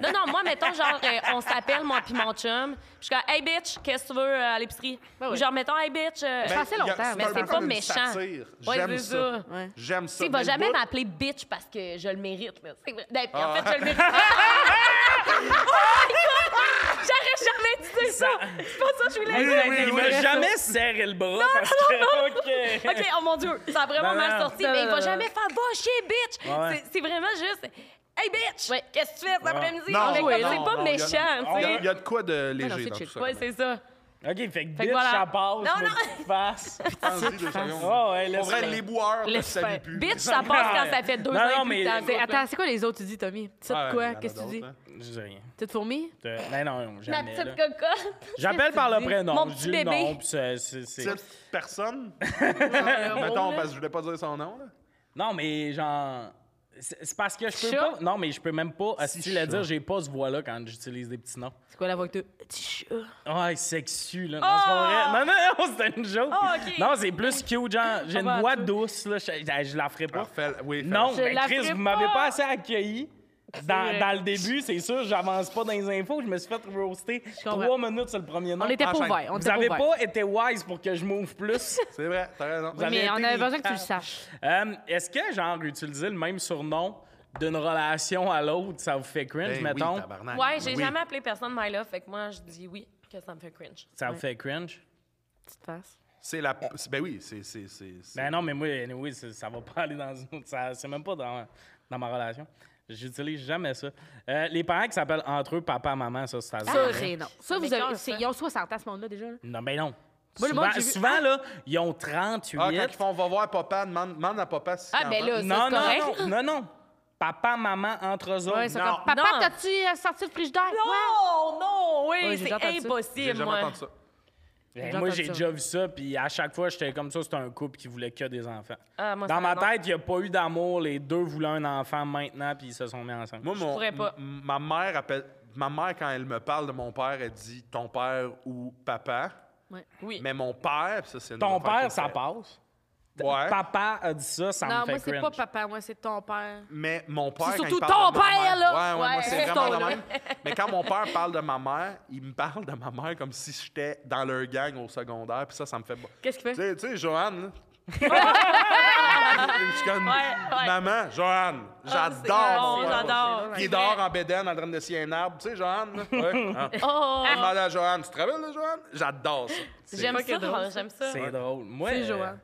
Non, non, moi, mettons, genre, euh, on s'appelle, moi puis mon chum. Je suis comme, hey, bitch, qu'est-ce que tu veux euh, à l'épicerie?
Ben
Ou
oui.
genre, mettons, hey, bitch. euh,
Ben,
Ça fait
il y a-
longtemps,
un
mais
peu
c'est
comme
pas
une
méchant.
satire.
Ouais,
J'aime
c'est
ça.
ça.
Ouais.
J'aime ça.
tu sais, il va
Mais
jamais
le bout-
m'appeler bitch parce que je le mérite, là. C'est vrai. Ben, puis en
Ah.
fait, je le mérite. oh my God! J'aurais jamais dit ça! C'est pas ça que je voulais
Oui,
dire.
oui,
il
oui.
m'a jamais serré le bras. parce que... OK.
OK, oh mon Dieu, ça a vraiment
Non, non.
mal sorti,
Non,
mais il
non,
va
non.
jamais faire « Va chier, bitch!
Ouais.
C'est- C'est vraiment juste « Hey, bitch! Qu'est-ce que tu fais cet après-midi?
Non,
Mais comme
oui,
C'est
non,
pas
non,
méchant,
non,
tu
Il y, a-
sais.
il y a de quoi de léger
c'est
dans tout
chill.
ça.
Ouais, c'est ça.
OK, fait que bitch,
voilà.
ça passe.
Non, non.
mais Face.
Pensez deux secondes.
Oh, ouais,
Pour
laisse
vrai, les boueurs,
Laisse
ça
faire.
ne plus.
Bitch, ça passe quand ça fait deux
Non,
ans
non,
et plus
mais-
que t'es en
C'est-
couple.
Attends, c'est quoi les autres tu dis, Tommy? Tu sais de
Ah, il y en
quoi?
a
Qu'est-ce que tu dis?
d'autres, hein.
Je dis rien.
T'es de fourmi?
Euh, Ben non,
Ma
jamais.
petite
là.
cocotte.
J'appelle par le prénom.
Mon
je
petit
dis le
bébé.
nom, puis c'est- c'est- c'est-
Cette personne. Mettons, parce que je voulais pas dire son nom. Là.
Non, mais genre. C'est c'est parce que je peux
Chat?
pas. Non, mais je peux même pas si le
chat.
dire. J'ai pas ce voix-là quand j'utilise des petits noms.
C'est quoi la voix que tu. Petit chat.
Ah,
Ouais, sexu, là. Non, c'est pas vrai. Non, non, non, c'était une joke.
Ah, ok.
Non, c'est plus cute, genre. J'ai une
Ah,
voix
bah, tu-
douce, là. Je, je- je la ferai pas.
Alors, fais- oui, fais-
Non,
Je
mais
la
Chris,
ferai
vous m'avez pas
pas.
assez accueilli. Dans,
vrai.
dans le début, c'est sûr, j'avance pas dans les infos. Je me suis fait roaster
comprends.
trois minutes sur le premier nom.
On était pas
enchaîne.
ouverts. On
Vous
était pas
avez
ouverts.
pas été wise pour que je m'ouvre plus.
C'est vrai, t'as raison.
Vous avez
Mais
été
on
des
avait besoin que tu le
caves.
saches.
Euh, Est-ce que, genre, utiliser le même surnom d'une relation à l'autre, ça vous fait cringe,
Ben oui,
mettons?
tabarnak.
Ouais, j'ai
Oui.
jamais appelé personne My Love, fait que moi, je dis oui, que ça me fait cringe.
ça vous fait cringe?
Petite face.
C'est la. c'est- Ben oui, c'est. c'est- c'est- c'est-
Ben non, mais moi, anyway, ça, ça va pas aller dans une autre. ça- C'est même pas dans, dans ma relation. J'utilise jamais ça. Euh, les parents qui s'appellent entre eux papa, maman, ça, c'est à
Ça,
zéro.
c'est non. Ça, vous
Mais quand ça?
avez. c'est- Ils ont 60 ans, ce monde-là, déjà. là.
Non, ben non.
Moi, le
souvent,
monde que j'ai vu- Ah!
souvent, là, ils ont 38.
Ah, quand ils font, va voir papa, demande, demande à papa si.
Ah, ben là, c'est
non, non,
correct.
non, non, non. Papa, maman, entre eux autres.
Ouais, c'est
Oh, Non.
comme, Papa,
Non.
t'as-tu euh, sorti le frigidaire? Ouais.
Non, non, oui,
Ouais, j'ai
c'est
déjà entendu ça.
J'ai
impossible,
jamais
moi.
entendu ça.
Ben,
J'ai
moi,
entendu
j'ai
ça.
déjà vu ça, puis à chaque fois, j'étais comme ça, c'était un couple qui voulait que des enfants.
Ah, moi,
Dans
ça,
ma
non.
tête, il n'y a pas eu d'amour. Les deux voulaient un enfant maintenant, puis ils se sont mis ensemble.
Moi, mon-
pourrais pas.
m- ma mère appelle. Ma mère, quand elle me parle de mon père, elle dit ton père ou papa.
Ouais.
Oui.
Mais mon père, puis ça, c'est une
Ton
affaire
père,
que
ça
fait-
passe.
Ouais.
Papa a dit ça, ça me
Non,
fait
moi, c'est
cringe.
pas papa, moi, c'est ton père.
Mais mon père.
C'est
quand il
surtout
parle
ton
de ma mère-
père, là.
Ouais, ouais, moi,
Ouais,
c'est
c'est
vraiment
ton,
la
là.
même. Mais quand mon père parle de ma mère, il me parle de ma mère comme si j'étais dans leur gang au secondaire, puis ça, ça me fait. bo-
Qu'est-ce qu'il
Tu
fait?
sais, tu sais, Joanne, là. Je suis comme,
Ouais, ouais. Ah,
Maman, Joanne,
c'est bon,
j'adore. mon père.
j'adore.
Il est dehors en bédaine en train de scier un arbre. Tu sais, Joanne, là. Ouais. hein.
Oh,
Ah!
Je demande à Joanne, tu te rappelles de Joanne? J'adore ça. C'est-
j'aime
c'est drôle,
ça,
ça.
j'aime ça.
C'est drôle. Moi,
C'est
euh,
Joanne.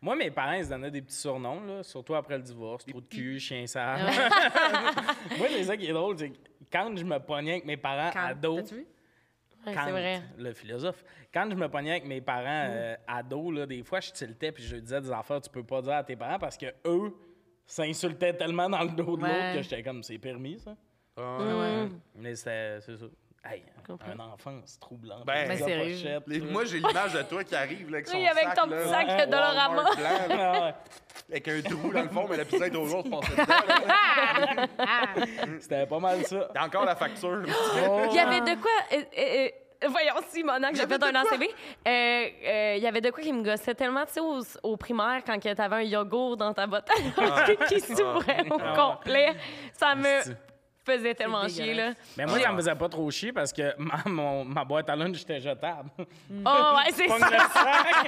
moi, mes parents, ils se donnaient des petits surnoms, là, surtout après le divorce. Trou de cul, chien sale. moi, c'est ça qui est drôle, c'est que quand je me pognais avec mes parents
Quand-
ados...
T'as-tu vu?
Ouais,
Kant,
C'est vrai.
le philosophe. Quand je me pognais avec mes parents euh, ados, là, des fois, je tiltais puis je disais des affaires que tu peux pas dire à tes parents parce que eux s'insultaient tellement dans le dos de l'autre
Ouais.
que j'étais comme, c'est permis, ça.
Ah.
Mais c'était, c'est ça. Hey, un enfant, c'est troublant.
Ben,
Puis la
sérieux.
pochette,
Les-
là.
moi, j'ai l'image de toi qui arrive là, avec son
Oui, avec
sac,
ton
là,
petit sac
Walmart
Dollarama.
blanc, là,
Ah ouais.
avec un trou dans le fond, mais la pizza est au jour, je pensais dedans. là.
C'était pas mal ça.
Il y a encore la facture.
Il y avait de quoi. euh, euh, euh, voyons, si, maintenant que j'ai fait un ACV, euh, euh, il y avait de quoi qui me gossait tellement, tu sais, au, au primaire, quand que t'avais un yogourt dans ta botte
Ah.
qui s'ouvrait au complet. Ça me
Asti.
faisait tellement
C'est
chier, là.
Mais moi,
Ah.
ça me faisait pas trop chier parce que ma, mon- ma boîte à lunch était jetable.
Oh, ouais, c'est
Pogne
ça.
le sac.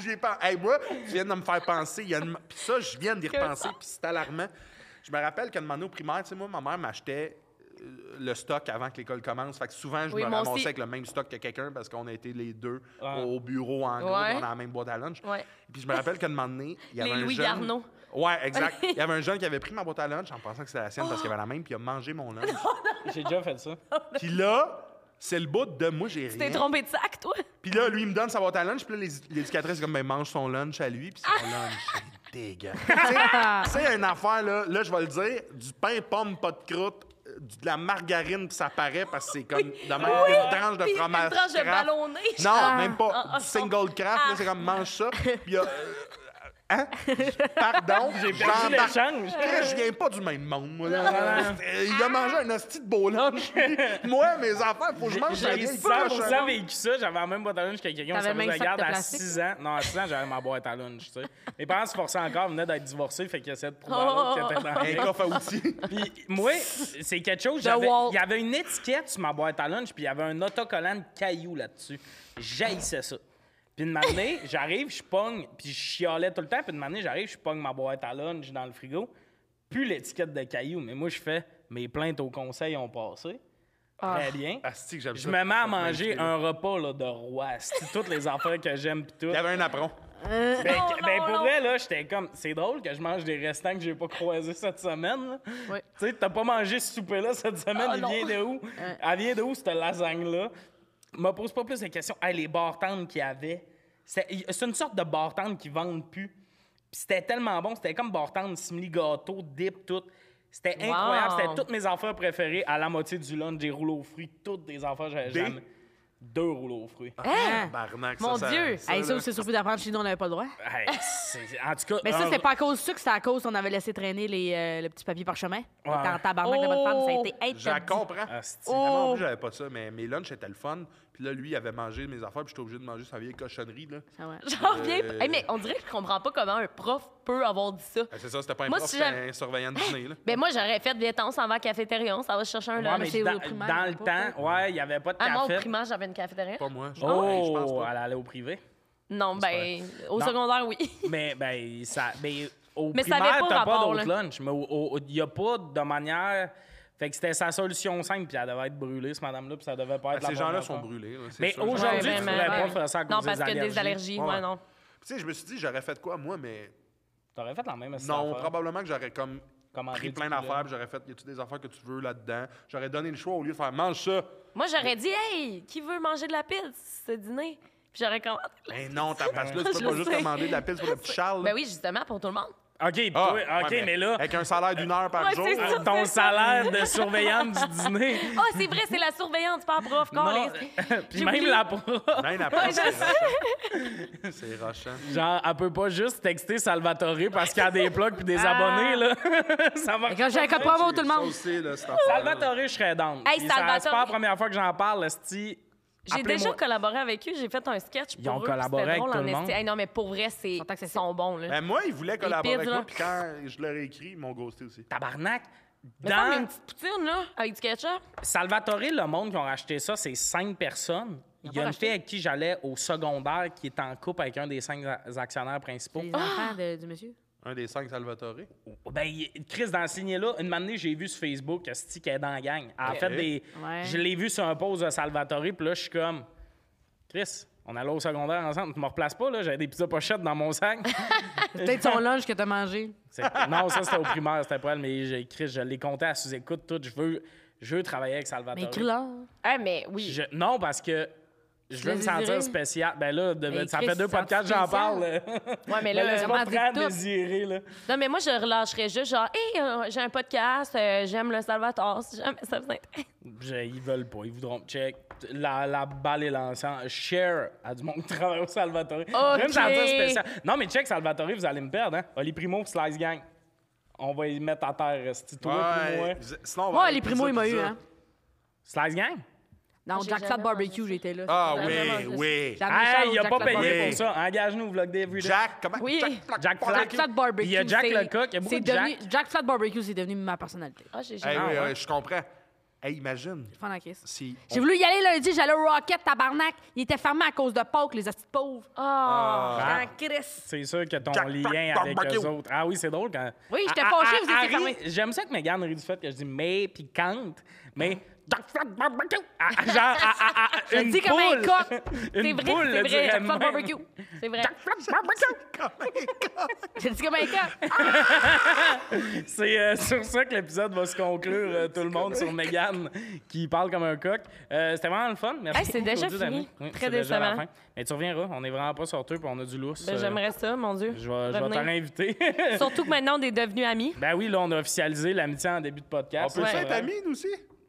J'y ai pas. Hey, moi, je viens de me faire penser. il y a une- Puis ça, je viens d'y repenser, puis c'est alarmant. Je me rappelle qu'à demander au primaire, tu sais, moi, ma mère m'achetait euh, le stock avant que l'école commence. Fait que souvent, je
Oui,
me
moi
ramassais
aussi.
avec le même stock que quelqu'un parce qu'on a été les deux
Ouais.
au bureau en gros,
Ouais.
puis on a la même boîte à lunch.
Ouais.
Puis je me rappelle qu'à un moment donné, il y avait
Les
un
Louis
jeune...
Garneau.
Ouais, exact. Il y avait un jeune qui avait pris ma boîte à lunch en pensant que c'était la sienne parce qu'il avait
Oh!
la même, puis il a mangé mon lunch.
J'ai déjà fait ça.
puis là, c'est le bout de moi, j'ai
T'es
rien.
trompé de sac, toi?
Puis là, lui, il me donne sa boîte à lunch. Puis là, les- l'éducatrice est comme, ben, mange son lunch à lui. Puis son lunch, c'est dégueu. Tu sais- tu sais, une affaire, là, là je vais le dire, du pain pomme, pas de croûte, euh, du- de la margarine, puis ça paraît parce que c'est comme de même une tranche de
Puis une
fromage.
tranche de
Kraft.
ballonné.
Non,
Ah.
même pas.
Ah, ah,
du single craft, là, c'est comme, mange ça. Puis il y a. euh, Hein? Pardon, j'ai
perdu l'échange.
Je viens pas du même monde, moi. là. Euh, Il a mangé un hostie de beau lunch. lui. Moi, mes affaires, faut que je mange la
J'ai
vieille hein.
100%
tranche.
vécu ça. J'avais la même boîte à lunch que quelqu'un. On
T'avais
se
le même
faisait
sac de
garde à
plastique?
6 ans. Non, à 6 ans, j'avais ma boîte à lunch, tu sais. Mes parents se forçaient encore, venaient d'être divorcés, fait qu'ils essayaient de prouver à l'autre qu'ils étaient dans
Un
la vie.
coffre à outils.
Puis moi, c'est quelque chose, j'avais-
Walt.
il y avait une étiquette sur ma boîte à lunch, puis il y avait un autocollant de cailloux là-dessus. J'haïssais ça. Puis de matinée, j'arrive, je pogne, puis je chialais tout le temps, puis de matinée, j'arrive, je pogne ma boîte à lunch dans le frigo, plus l'étiquette de cailloux. Mais moi, je fais, mes plaintes au conseil ont passé. Très bien.
Asti que j'aime
Je
Ah, ça.
me mets à manger
idée,
un repas là, de roi. asti, toutes les affaires que j'aime pis tout.
Il y avait un apron.
Ben,
Non,
que- ben,
Oh non,
pour
non.
vrai, là, j'étais comme. C'est drôle que je mange des restants que j'ai pas croisés cette semaine. là.
Oui.
Tu sais, t'as pas mangé ce souper-là cette semaine.
Ah,
il
non.
vient de où? Elle vient de où, cette lasagne-là? Me pose pas plus de questions. Hey, les bartendes qu'il y avait. C'est c'est une sorte de bartende qui vendent plus. Puis c'était tellement bon. C'était comme bartende, simili gâteau, dip, tout. C'était
Wow.
incroyable. C'était toutes mes affaires préférées à la moitié du lunch. Des rouleaux aux fruits, toutes des affaires que j'avais
Des?
jamais. Deux rouleaux aux
Ah.
fruits.
Hein?
Barnac,
Mon
ça,
Dieu!
Ça,
Hey,
là. Ah,
ça, c'est surpris d'apprendre chez nous, on n'avait pas le droit.
Hey, c'est- en tout cas.
Mais ça,
un-
c'était pas à cause de ça que c'était à cause qu'on avait laissé traîner les, euh, le petit papier parchemin. On était en tabarnak de votre femme, ça a été hey,
Je
t'as
la
dit-
comprends.
Ah, c'est-
Moi, en
Oh!
plus, j'avais pas ça, mais mes lunchs étaient le fun. Puis là, lui, il avait mangé mes affaires, puis j'étais obligé de manger sa vieille cochonnerie. Là.
Ah ouais.
J'en reviens. pas. Hey, mais on dirait que je comprends pas comment un prof peut avoir dit ça.
Ah, c'est ça, c'était pas un
Moi,
prof,
si
c'était
j'av-
un surveillant de dîner. Là.
Ben moi, j'aurais fait des temps sans va à cafétéria, ça va chercher un
Ouais,
lunch.
mais
c'est
dans,
au primaire,
dans le
on a pas
temps, ouais, il n'y avait pas de
Ah, moi, au
café.
primaire, j'avais une cafétéria.
Pas moi. Je hey, Ah, je pense
oh,
pas.
elle allait au privé.
Non, ben, au
Non.
secondaire, oui.
Mais ben, ça, ben, au
Mais ça avait
primaire,
pas
t'as pas
rapport,
d'autre
là.
lunch. Mais au- au- il n'y a pas de manière. Fait que c'était sa solution simple, puis elle devait être brûlée, cette madame-là, puis ça devait pas
Ben,
être la
ces
bonne
gens-là
affaire.
sont brûlés. là, c'est
Mais
sûr, j'en-
aujourd'hui,
Ben,
Ouais,
tu
mais-
pourrais pas faire ça à
Non,
cause des
parce que des allergies, ouais,
Ouais.
non.
Tu sais, je me suis dit, j'aurais fait quoi, moi, mais
T'aurais fait la même
non,
affaire.
probablement que j'aurais comme
Commandé
pris
du
plein
poulet.
d'affaires, puis j'aurais fait, y a-tu des affaires que tu veux là-dedans? J'aurais donné le choix au lieu de faire, mange ça.
Moi, j'aurais dit, hey, qui veut manger de la pizza ce dîner? Puis j'aurais commandé.
Mais Ben non, t'as parce que là, tu
Je
peux pas juste
sais.
commander de la pizza pour le petit Charles. là.
Ben oui, justement, pour tout le monde.
OK, puis
Ah,
toi,
ouais,
OK, mais là,
Avec un salaire d'une heure par
Ouais,
jour.
c'est ça.
ton
c'est
salaire de surveillante du dîner.
Ah, c'est vrai, c'est la surveillante, pas la prof,
Non,
câlisse.
puis
J'ai
même
oublié.
la prof.
Même après, c'est rochant. C'est rochant.
Genre, elle peut pas juste texter Salvatore parce qu'il y a des plugs puis des abonnés, là. ça marche.
Quand j'ai un code promo, tout le
Ça
monde.
aussi, là, cette affaire-là.
Salvatore, je serais down.
Hey,
Puis ça-
Salvatore-
C'est pas la première fois que j'en parle, Sti.
J'ai déjà collaboré avec eux, j'ai fait un sketch pour
Ils ont
eux, puis
collaboré
c'était
avec
drôle
tout
en
le
esti.
monde.
Hey, non, mais pour vrai, c'est
sont accessibles.
sont bons, là.
Ben, moi, ils voulaient collaborer
pires,
avec moi,
là.
puis quand je leur ai écrit, ils m'ont ghosté aussi.
Tabarnak.
Mais ça, mais une
Dans
petite poutine, là, avec du ketchup.
Salvatore, le monde qui ont racheté ça, c'est cinq personnes.
Ils
Il y
ont
a
pas
une
racheté.
fille avec qui j'allais au secondaire qui est en couple avec un des cinq a- actionnaires principaux.
Les enfants de- du monsieur.
Un des cinq Salvatore.
Ben, il- Chris, dans ce là une matinée, j'ai vu sur Facebook Sti qui est dans la gang. En fait, des...
Ouais.
je l'ai vu sur un post de Salvatore, puis là, je suis comme, Chris, on allait au secondaire ensemble, tu me replaces pas, là, j'avais des pizzas pochettes dans mon sac.
Peut-être son lunch que t'as mangé.
C'est- Non, ça, c'était au primaire, c'était pas elle, mais j'ai écrit, je l'ai compté à sous-écoute, tout. Je veux, je veux travailler avec Salvatore.
Mais écris-là.
Ah, mais oui.
Je- non, parce que je veux
le
me sentir
désirais?
spécial. Ben là, de-
Mais
ça
Chris,
fait deux
tu te
podcasts que
sens
j'en parle.
Ouais, mais
Mais
là,
laisse-moi
comment dire
prendre
tout?
désirer, là.
Non, mais moi, je relâcherais juste genre, hé, j'ai un podcast, euh, j'aime le Salvatore, si jamais ça vous intéresse.
Je- ils veulent pas, ils voudront. Check. La, la balle est lancée. en- Share à du monde qui travaille au Salvatore. Je veux me
Ok.
sentir spécial. Non, mais check, Salvatore, vous allez me perdre, hein. Oli Primo, Slice Gang. On va y mettre à terre, c'est toi puis moi.
Ouais, vous- Sinon, on va
Moi,
aller
les primos, il
pizza,
m'a eu,
pizza.
hein.
Slice Gang?
Non,
J'ai
Jack Flat
jamais mangé
Barbecue,
ça.
j'étais là.
Ah
J'ai jamais
oui,
mangé ça.
oui.
J'avais
Hey,
Charles au
il a
Jack
pas
Flat
payé
Barbecue.
pour ça. Engage-nous, Vlog Dave.
Jack, comment?
Oui.
Jack
Jack Flat Barbecue.
Il y a Jack
c'est-
Lecoq, il y a beaucoup
c'est
de Jack.
devenu- Jack Flat Barbecue, c'est devenu ma personnalité.
Ah, j'ai
Hey,
jamais.
oui,
ouais.
ouais, je comprends. Hey, imagine
Fun la crise.
si...
J'ai voulu y aller lundi, j'allais au Rocket, tabarnak. Il était fermé à cause de Pâques, les astuces pauvres.
Ah,
Ah.
En crise.
C'est sûr que ton
Jack,
lien
Jack,
avec
barbecue.
eux autres. Ah oui, c'est drôle quand.
Oui, j'étais
Ah,
fâchée,
ah,
vous étiez
ah,
fermés.
rit- J'aime ça que Megan rit du fait que je dis mais puis quand, mais. Jack Flat barbecue! Ah, ah, genre, ah, ah, ah,
Je le
une
dis comme un
boule.
coq.
c'est
Une
vrai,
boule,
c'est
le
vrai,
dirait
Jack Flat
même.
Barbecue. C'est vrai. Ben,
Jack Flat barbecue!
Je le dis comme un coq.
C'est euh, sur ça que l'épisode va se conclure, euh, tout le monde, sur Megan qui parle comme un coq. Euh, C'était vraiment le fun. Merci.
Hey, c'est
beaucoup,
déjà
Claudie,
fini.
d'amis. Oui,
Très
c'est déjà la
décevant.
fin. Mais tu reviendras, on est vraiment pas sorteux puis on a du lousse.
Ben,
euh,
J'aimerais ça, mon Dieu.
Je vais, je vais te
Revenir.
réinviter.
Surtout que maintenant, on est devenus amis.
ben oui, là, on a officialisé l'amitié en début de
On
podcast.
peut
Ouais.
être amis, nous aussi?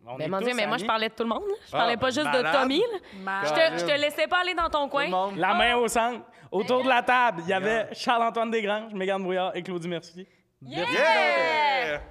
On
Mais
est
mon Dieu,
tous
mais moi, je
amis.
parlais de tout le monde. là. Je parlais
Ah,
pas juste
malade.
de Tommy. là. Je
Malade.
te, je te laissais pas aller dans ton coin.
le monde.
La main au centre.
Ben,
Autour de la table, il y avait Charles-Antoine Desgranges, Mégane Brouillard et Claudie Mercier.
Yeah!
Yeah!